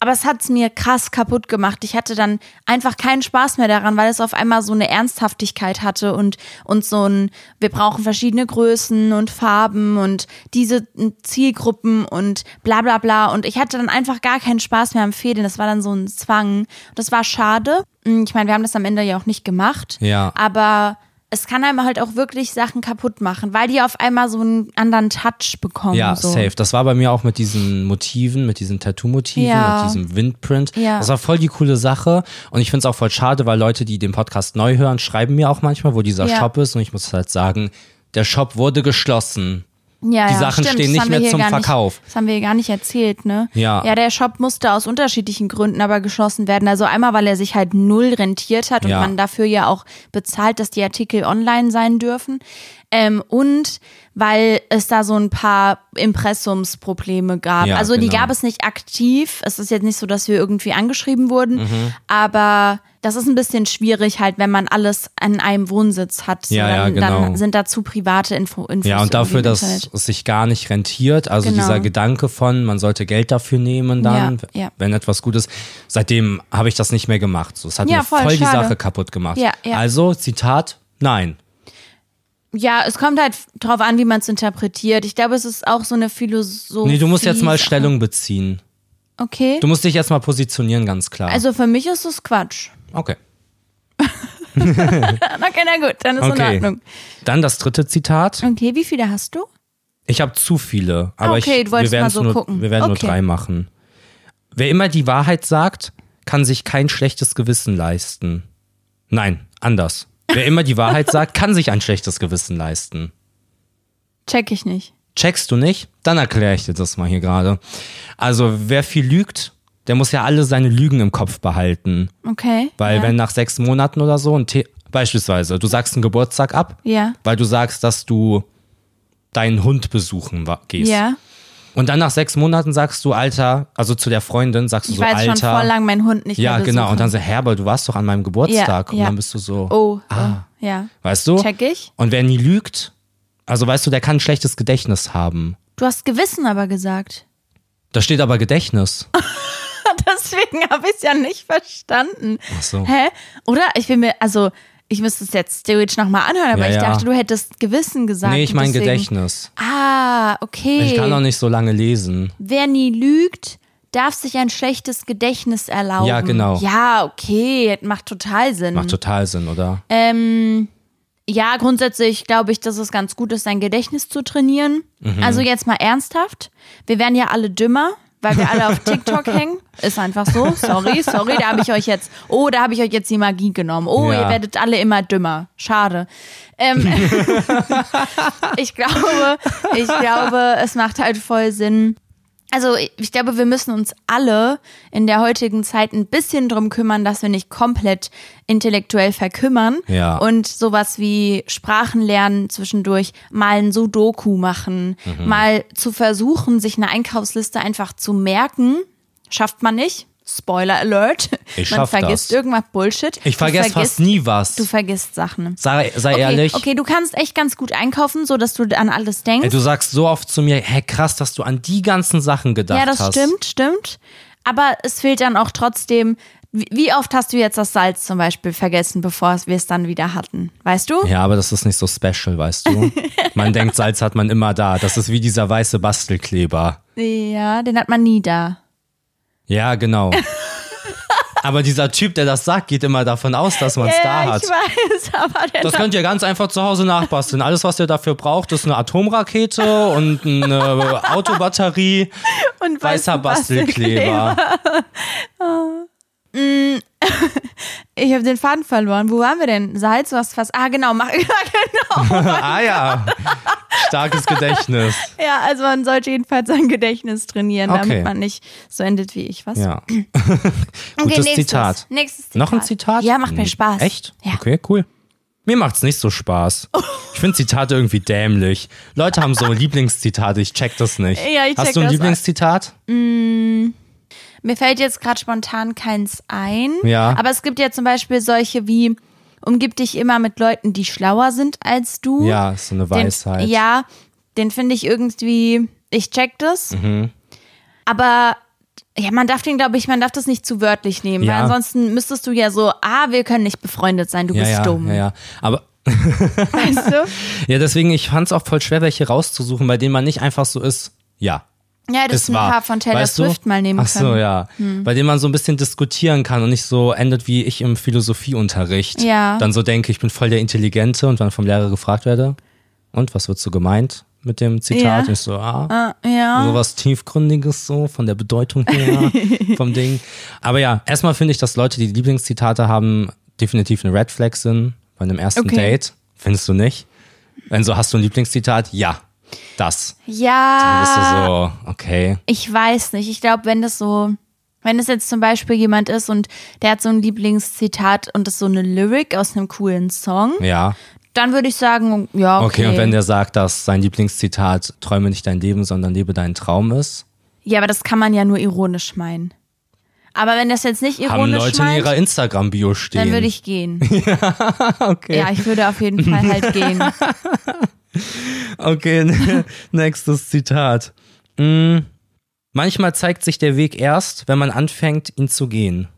A: Aber es hat's mir krass kaputt gemacht. Ich hatte dann einfach keinen Spaß mehr daran, weil es auf einmal so eine Ernsthaftigkeit hatte und, und so ein, wir brauchen verschiedene Größen und Farben und diese Zielgruppen und bla bla bla. Und ich hatte dann einfach gar keinen Spaß mehr am Fädeln. Das war dann so ein Zwang. Das war schade. Hm, Ich meine, wir haben das am Ende ja auch nicht gemacht.
B: Ja.
A: Aber es kann einem halt auch wirklich Sachen kaputt machen, weil die auf einmal so einen anderen Touch bekommen.
B: Ja,
A: so.
B: safe. Das war bei mir auch mit diesen Motiven, mit diesen Tattoo-Motiven,
A: Ja.
B: mit diesem Windprint.
A: Ja.
B: Das war voll die coole Sache. Und ich finde es auch voll schade, weil Leute, die den Podcast neu hören, schreiben mir auch manchmal, wo dieser
A: Ja.
B: Shop ist. Und ich muss halt sagen, der Shop wurde geschlossen.
A: Ja,
B: Die
A: ja,
B: Sachen
A: stimmt.
B: stehen
A: Das
B: nicht
A: haben
B: mehr
A: wir hier
B: zum
A: gar
B: Verkauf.
A: Nicht, das haben wir hier gar nicht erzählt, ne?
B: Ja.
A: Ja, der Shop musste aus unterschiedlichen Gründen aber geschlossen werden. Also einmal, weil er sich halt null rentiert hat und
B: Ja.
A: man dafür ja auch bezahlt, dass die Artikel online sein dürfen. Ähm, und weil es da so ein paar Impressumsprobleme gab.
B: Ja,
A: also die
B: genau.
A: gab es nicht aktiv. Es ist jetzt nicht so, dass wir irgendwie angeschrieben wurden,
B: Mhm.
A: aber das ist ein bisschen schwierig halt, wenn man alles an einem Wohnsitz hat.
B: Ja, ja,
A: dann,
B: genau.
A: dann sind dazu private Info Infos.
B: Ja, und
A: irgendwie
B: dafür,
A: im
B: dass
A: Internet.
B: es sich gar nicht rentiert. Also
A: Genau.
B: dieser Gedanke von, man sollte Geld dafür nehmen dann,
A: Ja, ja.
B: wenn etwas gut ist. Seitdem habe ich das nicht mehr gemacht. So, es hat
A: Ja,
B: mir voll,
A: voll
B: die
A: schade.
B: Also, Sache kaputt gemacht.
A: Ja, ja.
B: Also, Zitat, nein.
A: Ja, es kommt halt drauf an, wie man es interpretiert. Ich glaube, es ist auch so eine Philosophie.
B: Nee, du musst jetzt mal Stellung beziehen.
A: Okay.
B: Du musst dich jetzt mal positionieren, ganz klar.
A: Also für mich ist es Quatsch.
B: okay.
A: Okay, Ah, na gut, dann ist in
B: Okay.
A: Ordnung. Mhm.
B: Dann das dritte Zitat.
A: Okay, wie viele hast du?
B: Ich habe zu viele, aber
A: Okay,
B: ich,
A: du
B: wir
A: wolltest
B: werden
A: mal so
B: nur,
A: gucken.
B: wir werden
A: Okay.
B: nur drei machen. Wer immer die Wahrheit sagt, kann sich kein schlechtes Gewissen leisten. Nein, anders. Wer immer
A: [laughs]
B: die Wahrheit sagt, kann sich ein schlechtes Gewissen leisten.
A: Check ich nicht.
B: Checkst du nicht? Dann erkläre ich dir das mal hier gerade. Also, wer viel lügt, der muss ja alle seine Lügen im Kopf behalten.
A: Okay.
B: Weil
A: ja.
B: wenn nach sechs Monaten oder so ein The beispielsweise, du sagst einen Geburtstag ab,
A: Ja.
B: weil du sagst, dass du deinen Hund besuchen wa- gehst.
A: Ja.
B: Und dann nach sechs Monaten sagst du, Alter, also zu der Freundin sagst du
A: Ich
B: so,
A: war jetzt
B: Alter.
A: schon voll lang meinen Hund nicht
B: ja,
A: mehr
B: genau. Und
A: besuchen.
B: dann so, Herbert, du warst doch an meinem Geburtstag. und
A: ja.
B: dann bist du so,
A: Oh, ah. ja.
B: weißt du?
A: Check ich.
B: Und wer nie lügt, also weißt du, der kann ein schlechtes Gedächtnis haben.
A: Du hast Gewissen aber gesagt.
B: Da steht aber Gedächtnis.
A: [laughs] Deswegen habe ich es ja nicht verstanden.
B: Ach so.
A: Hä? Oder? Ich will mir, also, ich müsste es jetzt theoretisch nochmal anhören, aber
B: Ja,
A: ich
B: ja.
A: dachte, du hättest Gewissen gesagt.
B: nee, ich
A: und
B: mein
A: deswegen-
B: Gedächtnis.
A: Ah, okay.
B: Ich kann doch nicht so lange lesen.
A: Wer nie lügt, darf sich ein schlechtes Gedächtnis erlauben.
B: Ja, genau.
A: Ja, okay, macht total Sinn.
B: Macht total Sinn, oder?
A: ähm, ja, grundsätzlich glaube ich, dass es ganz gut ist, sein Gedächtnis zu trainieren.
B: Mhm.
A: Also jetzt mal ernsthaft, wir werden ja alle dümmer. Weil wir alle auf
B: [laughs]
A: TikTok hängen. Ist einfach so. Sorry, sorry, da habe ich euch jetzt. Oh, da habe ich euch jetzt die Magie genommen. Oh,
B: Ja.
A: ihr werdet alle immer dümmer. Schade.
B: [laughs]
A: Ähm, [laughs] ich glaube, ich glaube, es macht halt voll Sinn. Also ich glaube, wir müssen uns alle in der heutigen Zeit ein bisschen drum kümmern, dass wir nicht komplett intellektuell verkümmern
B: Ja.
A: und sowas wie Sprachen lernen zwischendurch, mal ein Sudoku machen,
B: Mhm.
A: mal zu versuchen, sich eine Einkaufsliste einfach zu merken, schafft man nicht. Spoiler Alert.
B: Ich
A: man
B: schaff
A: vergisst
B: das.
A: irgendwas Bullshit.
B: Ich
A: Du
B: vergesse
A: vergisst-
B: fast nie was.
A: Du vergisst Sachen.
B: Sei, sei
A: Okay,
B: ehrlich.
A: okay, du kannst echt ganz gut einkaufen, so dass du an alles denkst.
B: Ey, du sagst so oft zu mir, hä, krass, dass du an die ganzen Sachen gedacht
A: Ja,
B: hast.
A: das stimmt, stimmt. Aber es fehlt dann auch trotzdem. Wie wie oft hast du jetzt das Salz zum Beispiel vergessen, bevor wir es dann wieder hatten? Weißt du?
B: Ja, aber das ist nicht so special, weißt du?
A: [laughs]
B: Man denkt, Salz hat man immer da. Das ist wie dieser weiße Bastelkleber.
A: Ja, den hat man nie da.
B: Ja, genau.
A: [laughs]
B: Aber dieser Typ, der das sagt, geht immer davon aus, dass man es da hat.
A: ich weiß, aber der
B: Das könnt ihr ganz einfach zu Hause nachbasteln. Alles, was ihr dafür braucht, ist eine Atomrakete
A: [laughs]
B: und eine Autobatterie,
A: und
B: weißer Bastelkleber.
A: [laughs] Ich habe den Faden verloren. Wo waren wir denn? Salz, du hast fast. Ah, genau, mach.
B: [laughs]
A: [laughs]
B: ah ja, starkes Gedächtnis.
A: Ja, also man sollte jedenfalls sein Gedächtnis trainieren,
B: Okay.
A: damit man nicht so endet wie ich. Was? [laughs]
B: Ja. [laughs] Gutes
A: nächstes.
B: Zitat.
A: Nächstes Zitat.
B: Noch ein Zitat? Hm.
A: Ja, macht mir Spaß.
B: Echt?
A: Ja.
B: Okay, cool. Mir macht's nicht so
A: [laughs]
B: Spaß. Ich finde Zitate irgendwie dämlich. Leute haben so Lieblingszitate, ich check das nicht.
A: Ja, ich
B: Hast
A: check
B: du ein
A: das Hm?
B: Lieblingszitat?
A: Mir fällt jetzt gerade spontan keins ein.
B: Ja.
A: Aber es gibt ja zum Beispiel solche wie, umgib dich immer mit Leuten, die schlauer sind als du.
B: Ja, ist so eine
A: Den,
B: Weisheit.
A: ja, den finde ich irgendwie, ich check das.
B: Mhm.
A: Aber ja, man darf den, glaube ich, man darf das nicht zu wörtlich nehmen,
B: Ja.
A: weil ansonsten müsstest du ja so, ah, wir können nicht befreundet sein, du
B: ja,
A: bist
B: ja,
A: dumm.
B: ja, ja. Aber
A: [laughs] Weißt du?
B: ja, deswegen, ich fand's auch voll schwer, welche rauszusuchen, bei denen man nicht einfach so ist. Ja,
A: Ja, das
B: ist
A: ist ein
B: wahr.
A: paar von Taylor
B: weißt
A: Swift
B: du?
A: mal nehmen
B: Ach so,
A: können. Hm.
B: ja. Bei denen man so ein bisschen diskutieren kann und nicht so endet wie ich im Philosophieunterricht.
A: Ja.
B: Dann so denke, ich bin voll der Intelligente und dann vom Lehrer gefragt werde, und was wird so gemeint mit dem Zitat?
A: Ja.
B: Und ich so, ah,
A: Ja. ja.
B: so was Tiefgründiges so, von der Bedeutung her,
A: [laughs]
B: vom Ding. Aber ja, erstmal finde ich, dass Leute, die Lieblingszitate haben, definitiv eine Red Flag sind bei einem ersten
A: Okay.
B: Date. Findest du nicht? Wenn so, hast du ein Lieblingszitat? Ja, das. Dann bist du so, okay.
A: Ich weiß nicht. Ich glaube, wenn das so, wenn es jetzt zum Beispiel jemand ist und der hat so ein Lieblingszitat und das ist so eine Lyric aus einem coolen Song,
B: Ja.
A: dann würde ich sagen, ja, okay.
B: Okay, und wenn der sagt, dass sein Lieblingszitat Träume nicht dein Leben, sondern lebe deinen Traum ist,
A: ja, aber das kann man ja nur ironisch meinen. Aber wenn das jetzt nicht
B: haben
A: ironisch
B: Leute in
A: meint,
B: ihrer Instagram-Bio stehen.
A: dann würde ich
B: [laughs]
A: gehen. Ja, okay. Ja, ich würde auf jeden Fall halt gehen.
B: okay, [laughs] ne- nächstes Zitat. Mm, manchmal zeigt sich der Weg erst, wenn man anfängt, ihn zu gehen.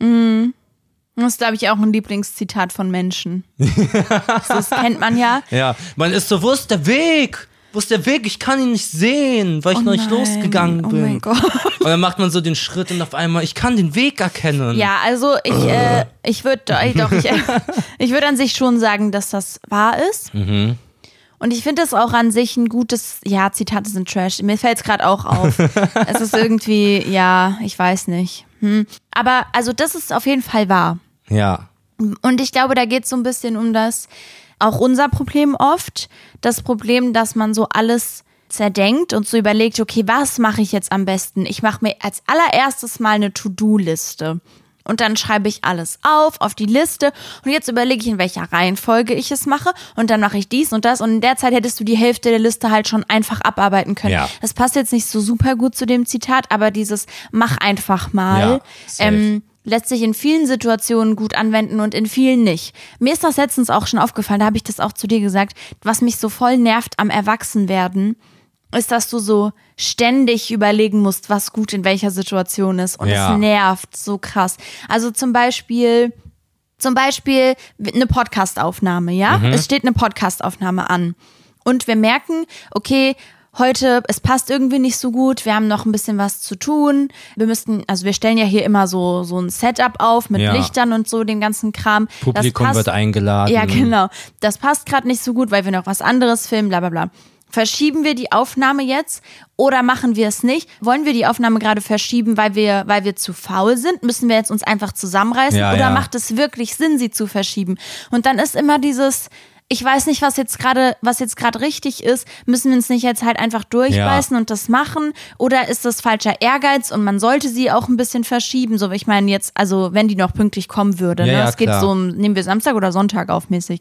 A: Das ist, glaube ich, auch ein Lieblingszitat von
B: [laughs]
A: Menschen. Also, das kennt man ja.
B: Ja, man ist so, wo ist der Weg? Wo ist der Weg? Ich kann ihn nicht sehen, weil ich
A: Oh
B: noch nicht
A: nein,
B: losgegangen
A: oh
B: bin.
A: mein Gott.
B: [laughs] Und dann macht man so den Schritt und auf einmal, ich kann den Weg erkennen.
A: Ja, also ich, äh, ich würde doch, ich, [laughs] ich würde an sich schon sagen, dass das wahr ist. Und ich finde es auch an sich ein gutes, ja, Zitate sind Trash. Mir fällt es gerade auch auf. es ist irgendwie, ja, ich weiß nicht. Hm. Aber also das ist auf jeden Fall wahr.
B: Ja.
A: Und ich glaube, da geht es so ein bisschen um das, auch unser Problem oft, das Problem, dass man so alles zerdenkt und so überlegt, okay, was mache ich jetzt am besten? Ich mache mir als allererstes mal eine To-Do-Liste. Und dann schreibe ich alles auf, auf die Liste. Und jetzt überlege ich, in welcher Reihenfolge ich es mache. Und dann mache ich dies und das. Und in der Zeit hättest du die Hälfte der Liste halt schon einfach abarbeiten können.
B: Ja.
A: Das passt jetzt nicht so super gut zu dem Zitat, aber dieses mach einfach mal.
B: Ja, safe.
A: ähm, lässt sich in vielen Situationen gut anwenden und in vielen nicht. Mir ist das letztens auch schon aufgefallen, da habe ich das auch zu dir gesagt, was mich so voll nervt am Erwachsenwerden, ist, dass du so ständig überlegen musst, was gut in welcher Situation ist. Und es
B: Ja.
A: nervt so krass. Also zum Beispiel, zum Beispiel eine Podcastaufnahme, ja?
B: Mhm.
A: Es steht eine Podcastaufnahme an. Und wir merken, okay, heute, es passt irgendwie nicht so gut, wir haben noch ein bisschen was zu tun. Wir müssten, also wir stellen ja hier immer so, so ein Setup auf mit
B: Ja.
A: Lichtern und so, dem ganzen Kram.
B: Publikum
A: das passt,
B: wird eingeladen.
A: Ja, genau. Das passt gerade nicht so gut, weil wir noch was anderes filmen, bla bla bla. Verschieben wir die Aufnahme jetzt oder machen wir es nicht? Wollen wir die Aufnahme gerade verschieben, weil wir, weil wir zu faul sind? Müssen wir jetzt uns einfach zusammenreißen
B: Ja,
A: oder
B: ja.
A: macht es wirklich Sinn, sie zu verschieben? Und dann ist immer dieses, ich weiß nicht, was jetzt gerade, was jetzt gerade richtig ist. Müssen wir uns nicht jetzt halt einfach durchbeißen und das machen? Oder ist das falscher Ehrgeiz und man sollte sie auch ein bisschen verschieben? So, ich meine jetzt, also wenn die noch pünktlich kommen würde,
B: Ja,
A: ne?
B: ja,
A: es geht
B: klar.
A: so um, nehmen wir Samstag oder Sonntag auf mäßig.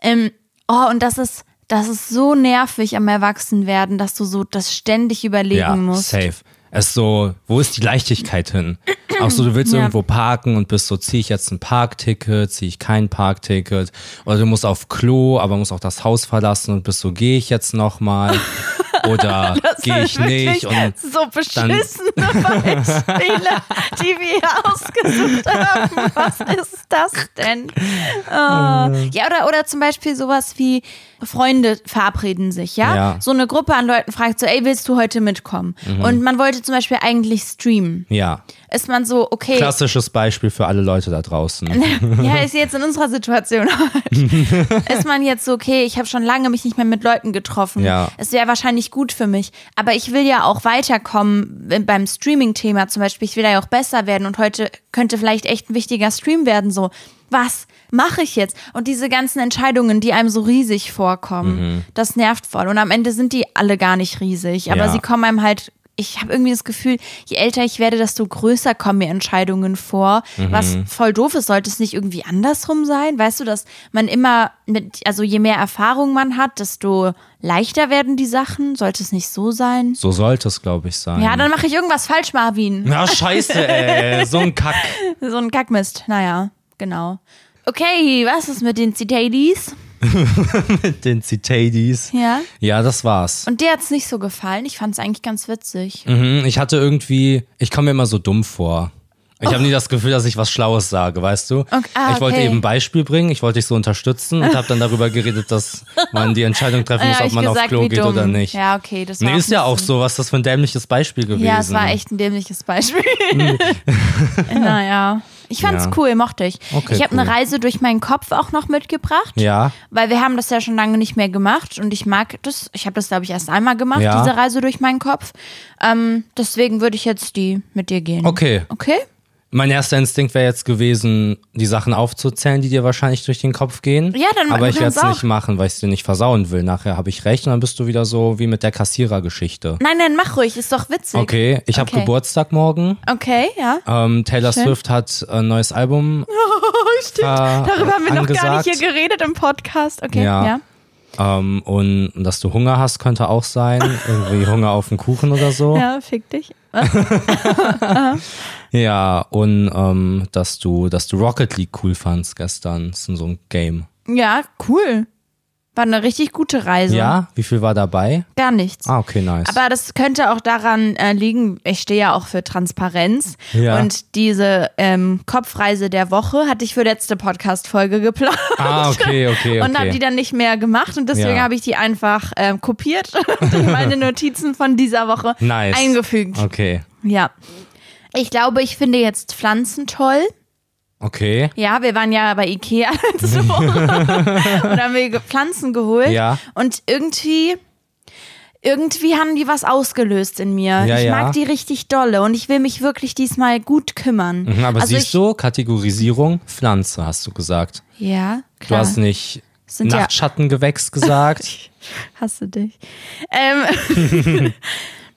A: Ähm, oh, und das ist, das ist so nervig am Erwachsenwerden, dass du so das ständig überlegen
B: Ja,
A: musst.
B: safe. Es ist so, wo ist die Leichtigkeit hin? Auch so, du willst
A: Ja.
B: irgendwo parken und bist so, ziehe ich jetzt ein Parkticket, ziehe ich kein Parkticket? Oder du musst auf Klo, aber musst auch das Haus verlassen und bist so, gehe ich jetzt nochmal?
A: [laughs]
B: Oder gehe ich nicht? Und
A: so
B: [laughs]
A: beschissene Beispiele, die wir hier ausgesucht haben. Was ist das denn? Äh, ja, oder, oder zum Beispiel sowas wie Freunde verabreden sich, ja?
B: Ja. Mhm.
A: So eine Gruppe an Leuten fragt so, ey, willst du heute mitkommen? Und man wollte zum Beispiel eigentlich streamen.
B: ja,
A: Ist man so, okay,
B: klassisches Beispiel für alle Leute da draußen.
A: [laughs] ja, ist jetzt in unserer Situation [laughs] halt. ist man jetzt so, okay, ich habe schon lange mich nicht mehr mit Leuten getroffen.
B: Ja.
A: Es wäre wahrscheinlich gut für mich. Aber ich will ja auch weiterkommen wenn- beim Streaming-Thema zum Beispiel. Ich will ja auch besser werden und heute könnte vielleicht echt ein wichtiger Stream werden. So, was mache ich jetzt? Und diese ganzen Entscheidungen, die einem so riesig vorkommen,
B: Mhm.
A: das nervt voll. Und am Ende sind die alle gar nicht riesig. Aber
B: Ja.
A: sie kommen einem halt. Ich habe irgendwie das Gefühl, je älter ich werde, desto größer kommen mir Entscheidungen vor, was
B: Mhm.
A: voll doof ist. Sollte es nicht irgendwie andersrum sein? Weißt du, dass man immer mit, also je mehr Erfahrung man hat, desto leichter werden die Sachen? Sollte es nicht so sein?
B: So sollte es, glaube ich, sein.
A: Ja, dann mache ich irgendwas falsch, Marvin. [laughs]
B: Na, scheiße, ey, so ein Kack.
A: So ein Kackmist. Naja, genau. Okay, was ist mit den Citatis?
B: Mit den Citades.
A: Ja.
B: Ja, das war's.
A: Und dir hat's nicht so gefallen. Ich fand's eigentlich ganz witzig.
B: Mhm, ich hatte irgendwie, ich komme mir immer so dumm vor. Ich habe nie das Gefühl, dass ich was Schlaues sage, weißt du?
A: Oh. Okay, ah,
B: ich wollte
A: okay.
B: eben ein Beispiel bringen, ich wollte dich so unterstützen und habe dann darüber geredet, dass man die
A: [laughs]
B: Entscheidung treffen muss,
A: Äh, hab
B: ob man auf Klo geht oder nicht.
A: Ja, okay, das war
B: nee,
A: auch
B: ist ja
A: ein
B: auch
A: bisschen-
B: so, was das für ein dämliches Beispiel gewesen.
A: Ja, es war echt ein dämliches Beispiel. [laughs] naja. Ich fand's
B: Hm. Ja.
A: cool, mochte ich.
B: Okay,
A: ich habe
B: cool.
A: eine Reise durch meinen Kopf auch noch mitgebracht.
B: Ja,
A: Weil wir haben das ja schon lange nicht mehr gemacht und ich mag das. Ich habe das, glaube ich, erst einmal gemacht,
B: Ja.
A: diese Reise durch meinen Kopf. Ähm, deswegen würde ich jetzt die mit dir gehen.
B: okay.
A: Okay?
B: Mein erster Instinkt wäre jetzt gewesen, die Sachen aufzuzählen, die dir wahrscheinlich durch den Kopf gehen.
A: Ja, dann-
B: Aber
A: du
B: ich werde es
A: kannst auch.
B: nicht machen, weil ich es dir nicht versauen will. Nachher habe ich recht und dann bist du wieder so wie mit der Kassierergeschichte.
A: Nein, nein, mach ruhig, ist doch witzig.
B: Okay, ich habe
A: Okay.
B: Geburtstag morgen.
A: Okay, ja.
B: Ähm, Taylor
A: Schön. Oh,
B: Swift hat äh, ein
A: [laughs]
B: neues Album.
A: Stimmt.
B: Ah,
A: Darüber haben wir noch gar
B: angesagt.
A: nicht hier geredet im Podcast. Okay,
B: Ja.
A: ja.
B: Ähm, und dass du Hunger hast, könnte
A: [laughs]
B: auch sein. Irgendwie Hunger auf einen Kuchen oder so. Ja,
A: Ja, fick dich.
B: und ähm, dass du, dass du Rocket League cool fandst gestern. Das ist so ein Game.
A: Ja, cool. War eine richtig gute Reise.
B: Ja, wie viel war dabei?
A: Gar nichts.
B: Ah, okay, nice.
A: Aber das könnte auch daran äh, liegen, ich stehe ja auch für Transparenz.
B: Ja.
A: Und diese ähm, Kopfreise der Woche hatte ich für letzte Podcast-Folge geplant.
B: ah, okay, okay, okay.
A: [laughs] Und habe die dann nicht mehr gemacht und deswegen
B: Ja.
A: habe ich die einfach ähm,
B: [laughs]
A: kopiert und in meine Notizen von dieser Woche
B: nice.
A: eingefügt.
B: Okay,
A: Ja. Ich glaube, ich finde jetzt Pflanzen toll.
B: okay.
A: Ja, wir waren ja bei Ikea [laughs]
B: [laughs]
A: letzte Woche und haben wir ge- Pflanzen geholt.
B: Ja.
A: Und irgendwie, irgendwie haben die was ausgelöst in mir.
B: Ja,
A: ich
B: ja.
A: mag die richtig dolle und ich will mich wirklich diesmal gut kümmern.
B: Mhm, Aber
A: also
B: siehst
A: ich,
B: du, Kategorisierung, Pflanze, hast du gesagt.
A: Ja,
B: Du
A: klar.
B: hast nicht
A: Sind ja- [laughs]
B: Nachtschattengewächs gesagt.
A: Hasse dich. Ähm, [laughs]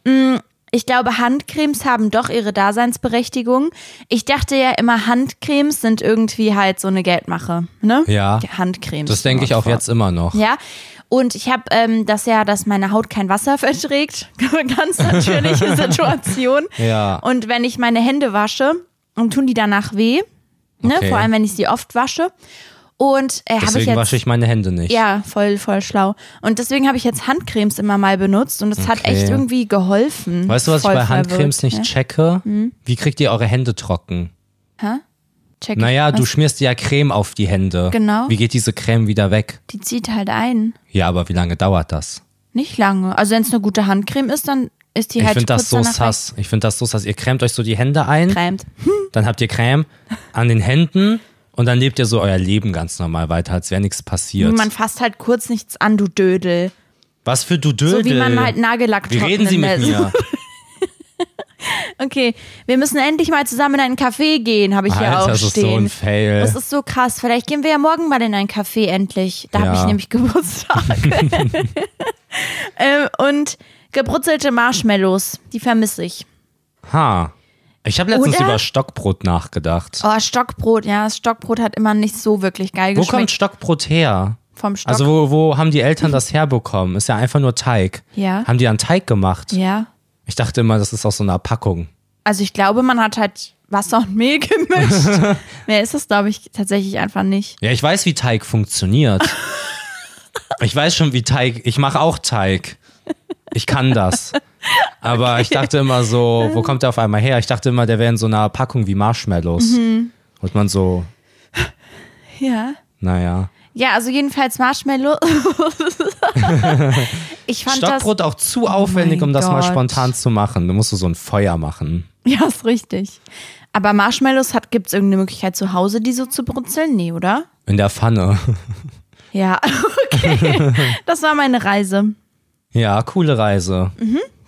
A: mm, ich glaube, Handcremes haben doch ihre Daseinsberechtigung. Ich dachte ja immer, Handcremes sind irgendwie halt so eine Geldmache. Ne?
B: Ja.
A: Die Handcremes.
B: Das denke ich auch jetzt immer noch.
A: Ja. Und ich habe ähm, das ja, dass meine Haut kein Wasser [laughs] verträgt. Ganz
B: [laughs]
A: natürliche Situation.
B: Ja.
A: Und wenn ich meine Hände wasche, dann tun die danach weh. Ne?
B: Okay.
A: Vor allem, wenn ich sie oft wasche. Und äh, habe ich
B: Deswegen
A: jetzt.
B: wasche ich meine Hände nicht.
A: Ja, voll, voll schlau. Und deswegen habe ich jetzt Handcremes immer mal benutzt und es hat
B: Okay.
A: echt irgendwie geholfen.
B: Weißt du, was
A: Voll ne? Hm?
B: ich bei Handcremes
A: verwirrt,
B: nicht checke? Wie kriegt ihr eure Hände trocken?
A: Ja. Check
B: Naja,
A: ich. Also
B: du
A: Was?
B: schmierst dir ja Creme auf die Hände.
A: Genau.
B: Wie geht diese Creme wieder weg?
A: Die zieht halt ein.
B: Ja, aber wie lange dauert das?
A: Nicht lange. Also wenn es eine gute Handcreme ist, dann ist die
B: Ich
A: halt
B: finde das
A: kurz
B: so
A: danach
B: sass. Ich finde das so sass. Ihr cremt euch so die Hände ein,
A: weggekrämt.
B: dann habt ihr Creme an den Händen und dann lebt ihr so euer Leben ganz normal weiter, als wäre nichts passiert.
A: Man fasst halt kurz nichts an, du Dödel.
B: Was für du Dödel.
A: So wie man halt Nagellack
B: Wie
A: trocknen
B: reden Sie mit
A: lässt.
B: mir?
A: [laughs] Okay, wir müssen endlich mal zusammen in einen Café gehen, habe ich hier
B: Alter,
A: auch
B: das ist so
A: stehen.
B: ein Fail.
A: das ist so krass. Vielleicht gehen wir ja morgen mal in einen Café endlich. Da habe ich
B: Ja.
A: nämlich [laughs]
B: [laughs]
A: Geburtstag. ähm, und gebrutzelte Marshmallows, die vermisse ich.
B: ha. Ich habe letztens
A: Oder?
B: über Stockbrot nachgedacht.
A: Oh, Stockbrot, ja, das Stockbrot hat immer nicht so wirklich geil
B: Wo kommt
A: geschmeckt.
B: Stockbrot her?
A: Vom Stock.
B: Also wo, wo haben die Eltern das herbekommen? Ist ja einfach nur Teig.
A: Ja.
B: Haben die an Teig gemacht?
A: ja.
B: Ich dachte immer, das ist aus so einer Packung.
A: Also ich glaube, man hat halt Wasser und Mehl gemischt.
B: [laughs]
A: Mehr ist das, glaube ich, tatsächlich einfach nicht.
B: Ja, ich weiß, wie
A: [laughs]
B: Teig funktioniert. ich weiß schon, wie Teig. Ich mache auch Teig. Ich kann das. Aber ich dachte immer so, wo kommt der auf einmal her? Ich dachte immer, der wäre in so einer Packung wie Marshmallows.
A: Mhm.
B: Und man so,
A: Ja.
B: naja.
A: Ja, also jedenfalls
B: [laughs]
A: Marshmallow. ich fand Oh
B: Stockbrot auch zu aufwendig,
A: mein
B: um das mal
A: Gott.
B: spontan zu machen. Du musst so ein Feuer machen.
A: das. Ja, ist richtig. Aber Marshmallows hat, gibt's irgendeine Möglichkeit zu Hause, die so zu brutzeln? Nee, oder?
B: In der Pfanne.
A: Ja, [laughs] okay. Das war meine Reise.
B: Ja, coole Reise.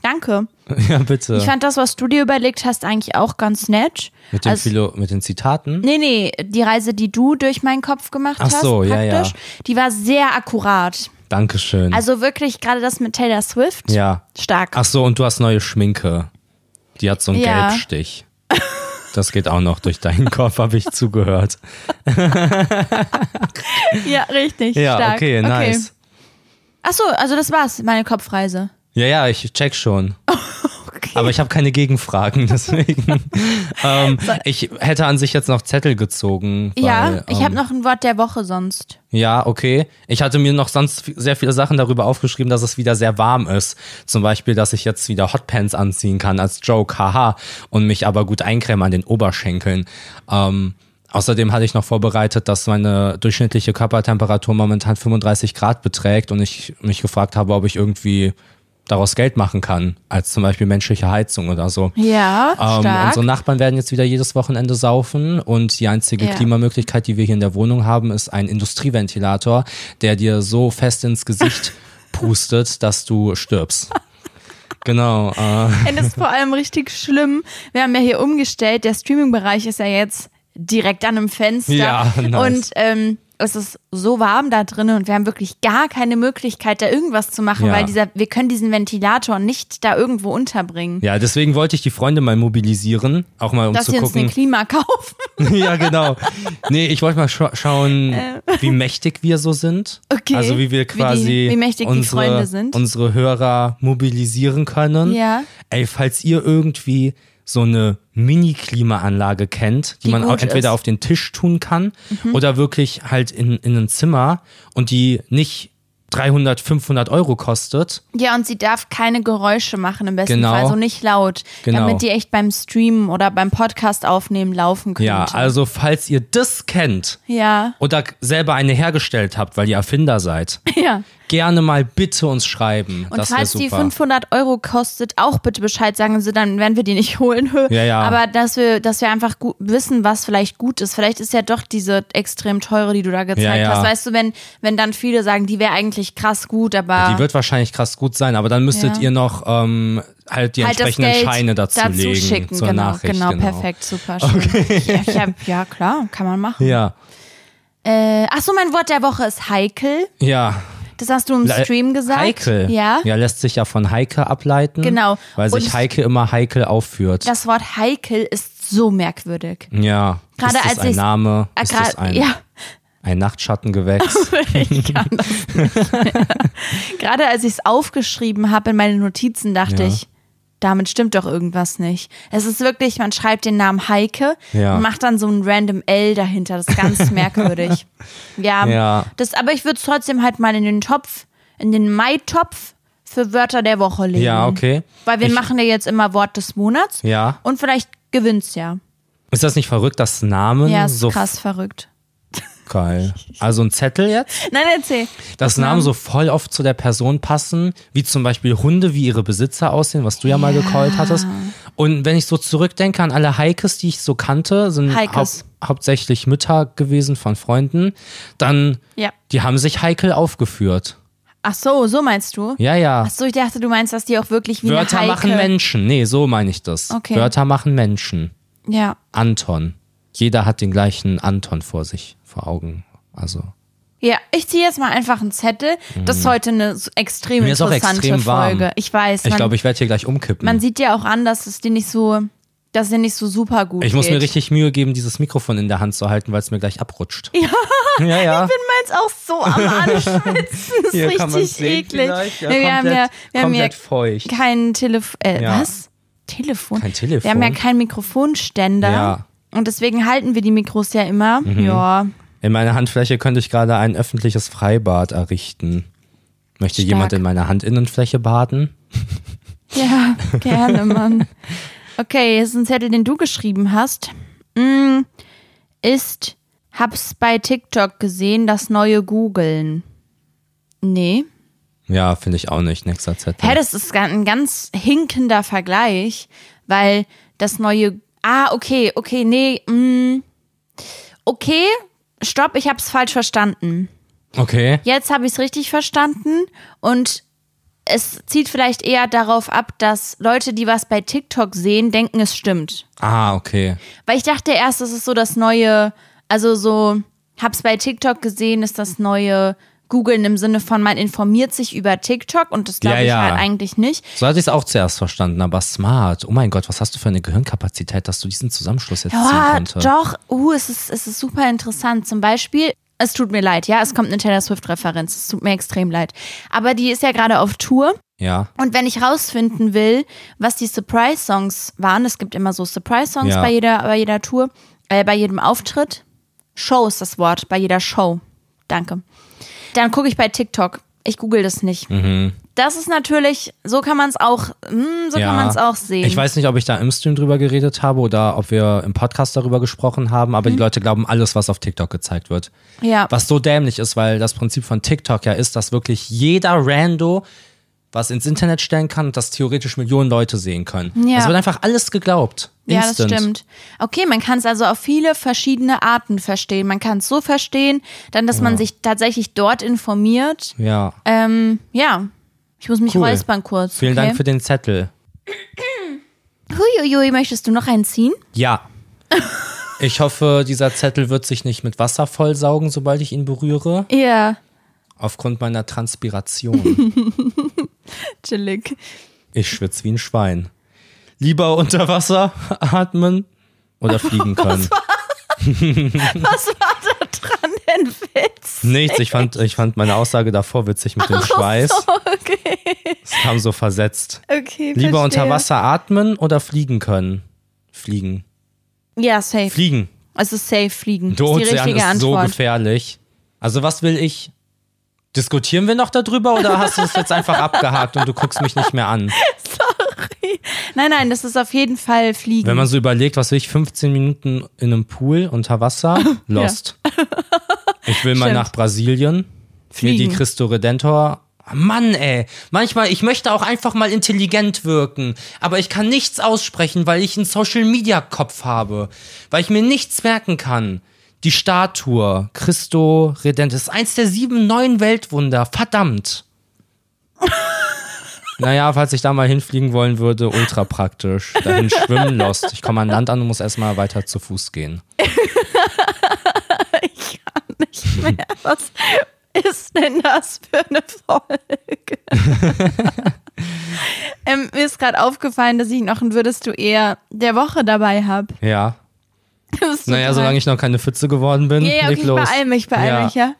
A: Danke.
B: Ja, bitte.
A: Mhm. Ich fand das, was du dir überlegt hast, eigentlich auch ganz nett.
B: mit, den
A: Also-
B: Philo mit den Zitaten.
A: nee, nee, die Reise, die du durch meinen Kopf gemacht
B: Ach
A: hast,
B: so, ja, ja.
A: praktisch, die war sehr akkurat.
B: Dankeschön.
A: Also wirklich gerade das mit Taylor Swift.
B: ja.
A: Stark.
B: Ach so, und du hast neue Schminke. Die hat so einen
A: Ja.
B: Gelbstich. Das geht auch noch durch
A: [laughs]
B: deinen Kopf, habe ich zugehört.
A: Ja, richtig.
B: Ja,
A: stark.
B: okay, nice.
A: Ach so, also das war's, meine Kopfreise.
B: Ja, ja, ich check schon. Aber ich habe keine Gegenfragen, [laughs] deswegen.
A: [laughs]
B: ähm, ich hätte an sich jetzt noch Zettel gezogen. Weil,
A: ja, ich
B: ähm,
A: habe noch ein Wort der Woche sonst.
B: Ja, okay. Ich hatte mir noch sonst f- sehr viele Sachen darüber aufgeschrieben, dass es wieder sehr warm ist. Zum Beispiel, dass ich jetzt wieder Hotpants anziehen kann als Joke, haha, und mich aber gut eincremen an den Oberschenkeln. Ähm, außerdem hatte ich noch vorbereitet, dass meine durchschnittliche Körpertemperatur momentan 35 Grad beträgt und ich mich gefragt habe, ob ich irgendwie daraus Geld machen kann, als zum Beispiel menschliche Heizung oder so.
A: Ja,
B: Ähm,
A: stark.
B: unsere Nachbarn werden jetzt wieder jedes Wochenende saufen und die einzige
A: Ja.
B: Klimamöglichkeit, die wir hier in der Wohnung haben, ist ein Industrieventilator, der dir so fest
A: [laughs]
B: ins Gesicht pustet, dass du stirbst. Genau. Äh,
A: Und das ist vor allem richtig schlimm. Wir haben ja hier umgestellt, der Streaming-Bereich ist ja jetzt direkt an einem Fenster.
B: Ja, nice.
A: Und ähm, es ist so warm da drinnen und wir haben wirklich gar keine Möglichkeit, da irgendwas zu machen,
B: Ja.
A: weil dieser, wir können diesen Ventilator nicht da irgendwo unterbringen.
B: ja, deswegen wollte ich die Freunde mal mobilisieren, auch mal um
A: Dass
B: zu
A: wir uns eine
B: gucken.
A: Klima [laughs] kaufen.
B: [laughs] ja, genau. Nee, ich wollte mal scha schauen, wie mächtig wir so sind.
A: Äh. Okay.
B: Also wie
A: Wie
B: wir
A: die-
B: quasi
A: wie mächtig die
B: unsere,
A: Freunde sind.
B: unsere Hörer mobilisieren können.
A: Ja.
B: Ey, falls ihr irgendwie so eine Mini-Klimaanlage kennt, die,
A: Die
B: man auch
A: gut
B: entweder
A: ist. Mhm.
B: auf den Tisch tun kann oder wirklich halt in, in ein Zimmer und die nicht 300, 500 Euro kostet.
A: Ja, und sie darf keine Geräusche machen im besten
B: Genau.
A: Fall, also nicht laut,
B: Genau.
A: damit die echt beim Streamen oder beim Podcast aufnehmen laufen könnte.
B: Ja, also falls ihr das kennt
A: ja, [laughs]
B: oder k- selber eine hergestellt habt, weil ihr Erfinder seid,
A: ja.
B: gerne mal bitte uns schreiben.
A: Und
B: das wäre
A: falls die
B: super.
A: 500 Euro kostet, auch bitte Bescheid sagen, so, dann werden wir die nicht [laughs] holen.
B: Ja, ja.
A: Aber dass wir, dass wir einfach gut wissen, was vielleicht gut ist. Vielleicht ist ja doch diese extrem teure, die du da gezeigt
B: Ja, ja.
A: hast. Weißt du, wenn, wenn dann viele sagen, die wäre eigentlich krass gut, aber
B: die wird wahrscheinlich krass gut sein, aber dann müsstet
A: Ja.
B: ihr noch ähm, halt die
A: halt das
B: entsprechenden
A: Geld
B: Scheine dazu, legen
A: schicken.
B: zur
A: genau,
B: Nachricht.
A: genau, perfekt, super schön. Ja, ich hab, ja, klar, kann man machen.
B: Ja,
A: Äh, ach so, mein Wort der Woche ist heikel.
B: ja.
A: Das hast du im
B: Le-
A: Stream gesagt.
B: Heikel.
A: Ja.
B: ja, lässt sich ja von Heike ableiten.
A: Genau.
B: Weil sich
A: Und-
B: Heike immer heikel aufführt.
A: Das Wort heikel ist so merkwürdig.
B: ja.
A: Gerade
B: ist das
A: als
B: ein
A: ich's-
B: Name?
A: Äh,
B: Ist das
A: gra-
B: ein,
A: ja, [laughs]
B: ein Nachtschattengewächs?
A: gerade als ich es aufgeschrieben habe in meine Notizen, dachte
B: Ja.
A: ich, damit stimmt doch irgendwas nicht. Es ist wirklich, man schreibt den Namen Heike
B: Ja.
A: und macht dann so ein random L dahinter. Das ist
B: [laughs]
A: ganz merkwürdig. Ja,
B: Ja.
A: Das, aber ich würde es trotzdem halt mal in den Topf, in den Mai-Topf für Wörter der Woche legen.
B: ja, okay.
A: Weil wir
B: Ich-
A: machen ja jetzt immer Wort des Monats.
B: Ja.
A: Und vielleicht gewinnt's ja.
B: Ist das nicht verrückt, dass Namen
A: Ja, ist
B: so
A: krass verrückt.
B: geil. Also ein Zettel jetzt,
A: Nein, erzähl.
B: dass Namen so voll oft zu der Person passen, wie zum Beispiel Hunde, wie ihre Besitzer aussehen, was du ja mal gecallt hattest. Und wenn ich so zurückdenke an alle Heikes, die ich so kannte, sind hau
A: Heikes.
B: hauptsächlich Mütter gewesen von Freunden, dann
A: Ja.
B: die haben sich heikel aufgeführt.
A: Ach so, so meinst du?
B: Ja, ja.
A: Ach so, ich dachte, du meinst, dass die auch wirklich wie
B: Wörter
A: eine Heike.
B: machen Menschen. Nee, so meine ich das.
A: Okay.
B: Wörter machen Menschen.
A: Ja.
B: Anton. Jeder hat den gleichen Anton vor sich, vor Augen. Also.
A: Ja, ich ziehe jetzt mal einfach einen Zettel. Das ist heute eine s- extrem
B: Mhm. Mir ist auch
A: interessante
B: extrem warm.
A: Folge. Ich weiß.
B: Ich
A: man,
B: glaube, ich werde hier gleich umkippen.
A: man sieht ja auch an, dass es dir nicht so, dass es dir nicht so super gut
B: ich
A: geht.
B: muss mir richtig Mühe geben, dieses Mikrofon in der Hand zu halten, weil es mir gleich abrutscht. Ja, [laughs] ja. ja.
A: Meins auch so
B: [laughs]
A: am Anschwitzen. Das ist
B: Hier kann man's
A: richtig
B: sehen
A: eklig.
B: vielleicht.
A: Nee, wir haben ja, wir haben ja
B: komplett feucht.
A: kein Telefon. Äh,
B: Ja.
A: Was? Telefon?
B: Kein Telefon.
A: Wir haben ja keinen Mikrofonständer.
B: Ja. Mhm.
A: Und deswegen halten wir die Mikros ja immer. Ja.
B: In meiner Handfläche könnte ich gerade ein öffentliches Freibad errichten. Möchte
A: Stark.
B: jemand in meiner Handinnenfläche baden?
A: Ja, [laughs] gerne, Mann. Okay, jetzt ein Zettel, den du geschrieben hast. Mm, ist, hab's bei TikTok gesehen, das neue Googeln. Nee.
B: Ja, finde ich auch nicht. Nächster Zettel.
A: Hä, das ist ga- ein ganz hinkender Vergleich, weil das neue. Ah, okay, okay, nee. Mm, okay, stopp, ich hab's falsch verstanden.
B: Okay.
A: Jetzt habe ich es richtig verstanden und es zieht vielleicht eher darauf ab, dass Leute, die was bei TikTok sehen, denken, es stimmt.
B: Ah, okay.
A: Weil ich dachte erst, es ist so das neue, also so, hab's bei TikTok gesehen, ist das neue Googeln im Sinne von, man informiert sich über TikTok und das glaube
B: Ja,
A: ich
B: ja.
A: halt eigentlich nicht.
B: So hatte ich es auch zuerst verstanden, aber smart. Oh mein Gott, was hast du für eine Gehirnkapazität, dass du diesen Zusammenschluss jetzt ziehen
A: Ja,
B: konntest?
A: Oh, doch, uh, es ist, es ist super interessant. Zum Beispiel, es tut mir leid, ja, es kommt eine Taylor Swift-Referenz, es tut mir extrem leid. Aber die ist ja gerade auf Tour
B: Ja.
A: Und wenn ich rausfinden will, was die Surprise-Songs waren, es gibt immer so Surprise-Songs
B: Ja.
A: bei, jeder, bei jeder Tour, äh, bei jedem Auftritt. Show ist das Wort, bei jeder Show. Danke. Dann gucke ich bei TikTok. Ich google das nicht. Das ist natürlich, so kann man es auch, hm, so
B: Mhm. ja.
A: kann man es auch sehen.
B: Ich weiß nicht, ob ich da im Stream drüber geredet habe oder ob wir im Podcast darüber gesprochen haben,
A: Mhm.
B: aber die Leute glauben alles, was auf TikTok gezeigt wird.
A: ja.
B: Was so dämlich ist, weil das Prinzip von TikTok ja ist, dass wirklich jeder Rando was ins Internet stellen kann und das theoretisch Millionen Leute sehen können.
A: Ja.
B: Es wird einfach alles geglaubt.
A: Ja, das
B: Instant.
A: stimmt. Okay, man kann es also auf viele verschiedene Arten verstehen. Man kann es so verstehen, dann, dass man sich tatsächlich dort informiert.
B: Ja.
A: Ähm, ja. Ich muss mich
B: Cool.
A: räuspern kurz.
B: Vielen
A: okay?
B: Dank für den Zettel.
A: Huiuiui, möchtest du noch einen ziehen? [laughs]
B: Ja. Ich hoffe, dieser Zettel wird sich nicht mit Wasser vollsaugen, sobald ich ihn berühre,
A: Ja,
B: aufgrund meiner Transpiration.
A: chillig.
B: Ich schwitze wie ein Schwein. Lieber unter Wasser [laughs] atmen
A: [laughs]
B: oder fliegen können.
A: Was war da dran denn Witz?
B: Nichts, ich fand, ich fand meine Aussage davor witzig mit dem Schweiß.
A: Okay,
B: Es kam so versetzt.
A: okay.
B: Lieber unter
A: verstehe.
B: Wasser atmen oder fliegen können. Fliegen.
A: Ja, safe.
B: Fliegen.
A: Es ist safe, fliegen. ist
B: Der
A: die
B: Ozean
A: richtige
B: ist so
A: Antwort.
B: gefährlich. Also was will ich? Diskutieren wir noch darüber oder hast du es jetzt einfach abgehakt und du guckst mich nicht mehr an?
A: Sorry. Nein, nein, das ist auf jeden Fall Fliegen.
B: Wenn man so überlegt, was will ich 15 Minuten in einem Pool unter
A: [laughs]
B: Wasser? Lost. Ich will mal
A: Stimmt.
B: nach Brasilien. Fliegen. Mir
A: Fliegen.
B: die Christo Redentor. Ah, Mann, ey. Manchmal, ich möchte auch einfach mal intelligent wirken. Aber ich kann nichts aussprechen, weil ich einen Social-Media-Kopf habe. Weil ich mir nichts merken kann. Die Statue Christo Redentor ist eins der sieben neuen Weltwunder. Verdammt.
A: [laughs]
B: Naja, falls ich da mal hinfliegen wollen würde, ultra praktisch. Dahin schwimmen lost. Ich komme an Land an und muss erstmal weiter zu Fuß gehen. [laughs]
A: Was ist denn das für eine
B: [laughs]
A: Folge? ähm, mir ist gerade aufgefallen, dass ich noch ein Würdest du eher der Woche dabei [laughs] habe.
B: Ja. Naja, solange ich noch keine Pfütze geworden bin,
A: Ja, ja, okay,
B: leg
A: ich
B: los.
A: beeil mich, beeil
B: ja.
A: mich, ja.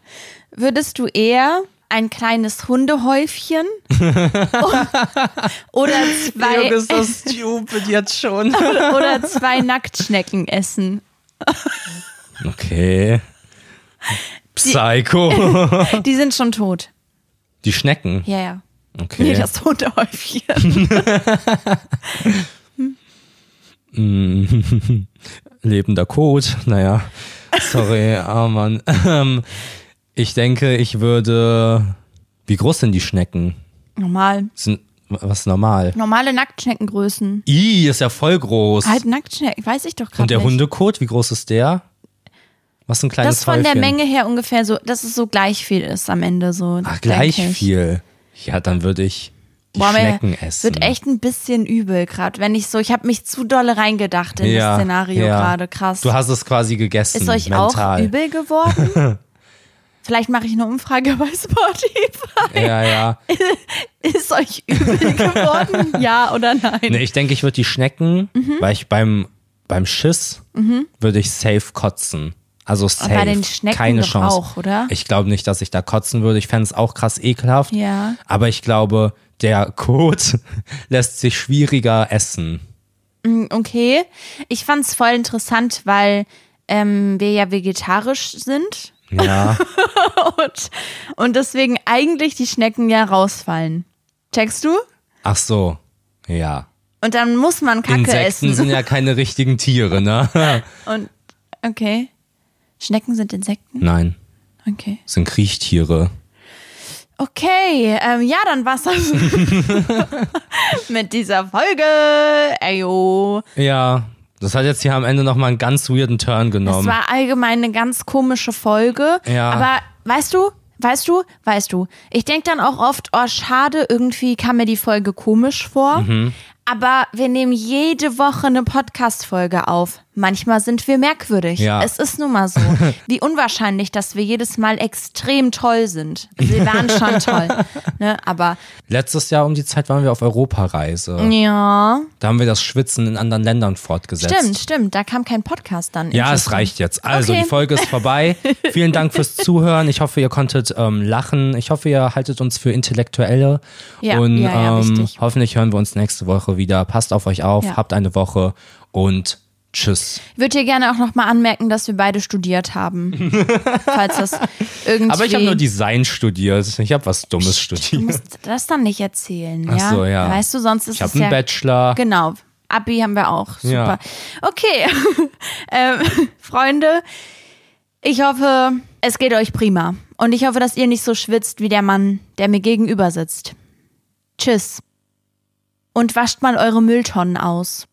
A: Würdest du eher ein kleines
B: [laughs]
A: Hundehäufchen oder
B: Jürgen, ist
A: zwei,
B: das
A: [laughs]
B: stupid jetzt schon.
A: oder zwei Nacktschnecken essen?
B: Okay. Psycho.
A: [laughs] Die sind schon tot.
B: Die Schnecken.
A: Ja, ja. Nee, [laughs]
B: Okay.
A: das Hundehäufchen.
B: Mm. [laughs] Lebender Code. Naja. Sorry, [laughs] ah Mann. Ähm, Ich denke, ich würde. Wie groß sind die Schnecken?
A: Normal.
B: Sind was ist normal?
A: Normale Nacktschneckengrößen.
B: I, ist ja voll groß.
A: Halt Nacktschnecken, weiß ich doch gerade
B: Und der
A: nicht.
B: Hundekot, wie groß ist der? Was ein kleines
A: das von der
B: Häufchen.
A: Menge her ungefähr so, dass es so gleich viel ist am Ende so.
B: Ach, gleich
A: denke ich.
B: viel. Ja, dann würde ich die
A: Boah, mir
B: Schnecken essen.
A: Wird echt ein bisschen übel gerade, wenn ich so, ich habe mich zu dolle reingedacht in das Szenario
B: ja.
A: gerade, krass.
B: Du hast es quasi gegessen.
A: ist euch
B: mental.
A: auch übel geworden?
B: [laughs]
A: Vielleicht mache ich eine Umfrage bei Spotify. [laughs]
B: Ja, ja.
A: Ist euch
B: [laughs]
A: übel geworden? Ja oder nein?
B: Nee, ich denke, ich würde die Schnecken,
A: Mhm.
B: weil ich beim, beim Schiss würde ich safe kotzen. Also safe.
A: bei den Schnecken
B: Keine
A: doch
B: Chance.
A: auch, oder?
B: Ich glaube nicht, dass ich da kotzen würde. Ich fände es auch krass ekelhaft.
A: Ja.
B: Aber ich glaube, der Kot [laughs] lässt sich schwieriger essen.
A: Okay. Ich fand es voll interessant, weil ähm, wir ja vegetarisch sind [laughs]
B: Ja.
A: und, und deswegen eigentlich die Schnecken ja rausfallen. Checkst du?
B: Ach so. Ja.
A: Und dann muss man Kacke
B: Insekten
A: essen.
B: sind ja keine richtigen
A: [laughs]
B: Tiere, ne?
A: Und okay. Schnecken sind Insekten?
B: Nein,
A: Okay.
B: sind Kriechtiere.
A: Okay, ähm, ja, dann war's das [laughs] mit dieser Folge. Ayo.
B: Ja, das hat jetzt hier am Ende nochmal einen ganz weirden Turn
A: Es
B: genommen.
A: war allgemein eine ganz komische Folge.
B: Ähm. Ja.
A: Aber weißt du, weißt du, weißt du, ich denke dann auch oft, oh schade, irgendwie kam mir die Folge komisch vor.
B: Mhm.
A: Aber wir nehmen jede Woche eine Podcast-Folge auf. Manchmal sind wir merkwürdig.
B: Ja.
A: Es ist nun
B: [laughs]
A: mal so. Wie unwahrscheinlich, dass wir jedes Mal extrem toll sind. Wir waren schon toll. Ne? Aber
B: Letztes Jahr um die Zeit waren wir auf Europareise.
A: ja,
B: Da haben wir das Schwitzen in anderen Ländern fortgesetzt.
A: stimmt, stimmt. Da kam kein Podcast dann.
B: Ja, es reicht jetzt. Also,
A: Okay.
B: die Folge ist
A: [laughs]
B: vorbei. Vielen Dank fürs Zuhören. Ich hoffe, ihr konntet ähm, lachen. Ich hoffe, ihr haltet uns für Intellektuelle.
A: Ja,
B: und
A: ja, ja,
B: ähm,
A: wichtig.
B: hoffentlich hören wir uns nächste Woche wieder. Passt auf euch auf,
A: Ja.
B: habt eine Woche und tschüss.
A: Ich würde hier gerne auch nochmal anmerken, dass wir beide studiert
B: [laughs]
A: haben. falls das irgendwie.
B: Aber ich habe nur Design studiert. Ich habe was Dummes
A: Du
B: studiert.
A: musst das dann nicht erzählen,
B: Ach
A: ja?
B: so, ja.
A: Weißt du, sonst ist
B: Ich habe
A: es
B: einen
A: ja.
B: Bachelor.
A: Genau. Abi haben wir auch. Super.
B: Ja.
A: Okay. [laughs] ähm, Freunde, ich hoffe, es geht euch prima. Und ich hoffe, dass ihr nicht so schwitzt wie der Mann, der mir gegenüber sitzt. Tschüss. Und wascht mal eure Mülltonnen aus.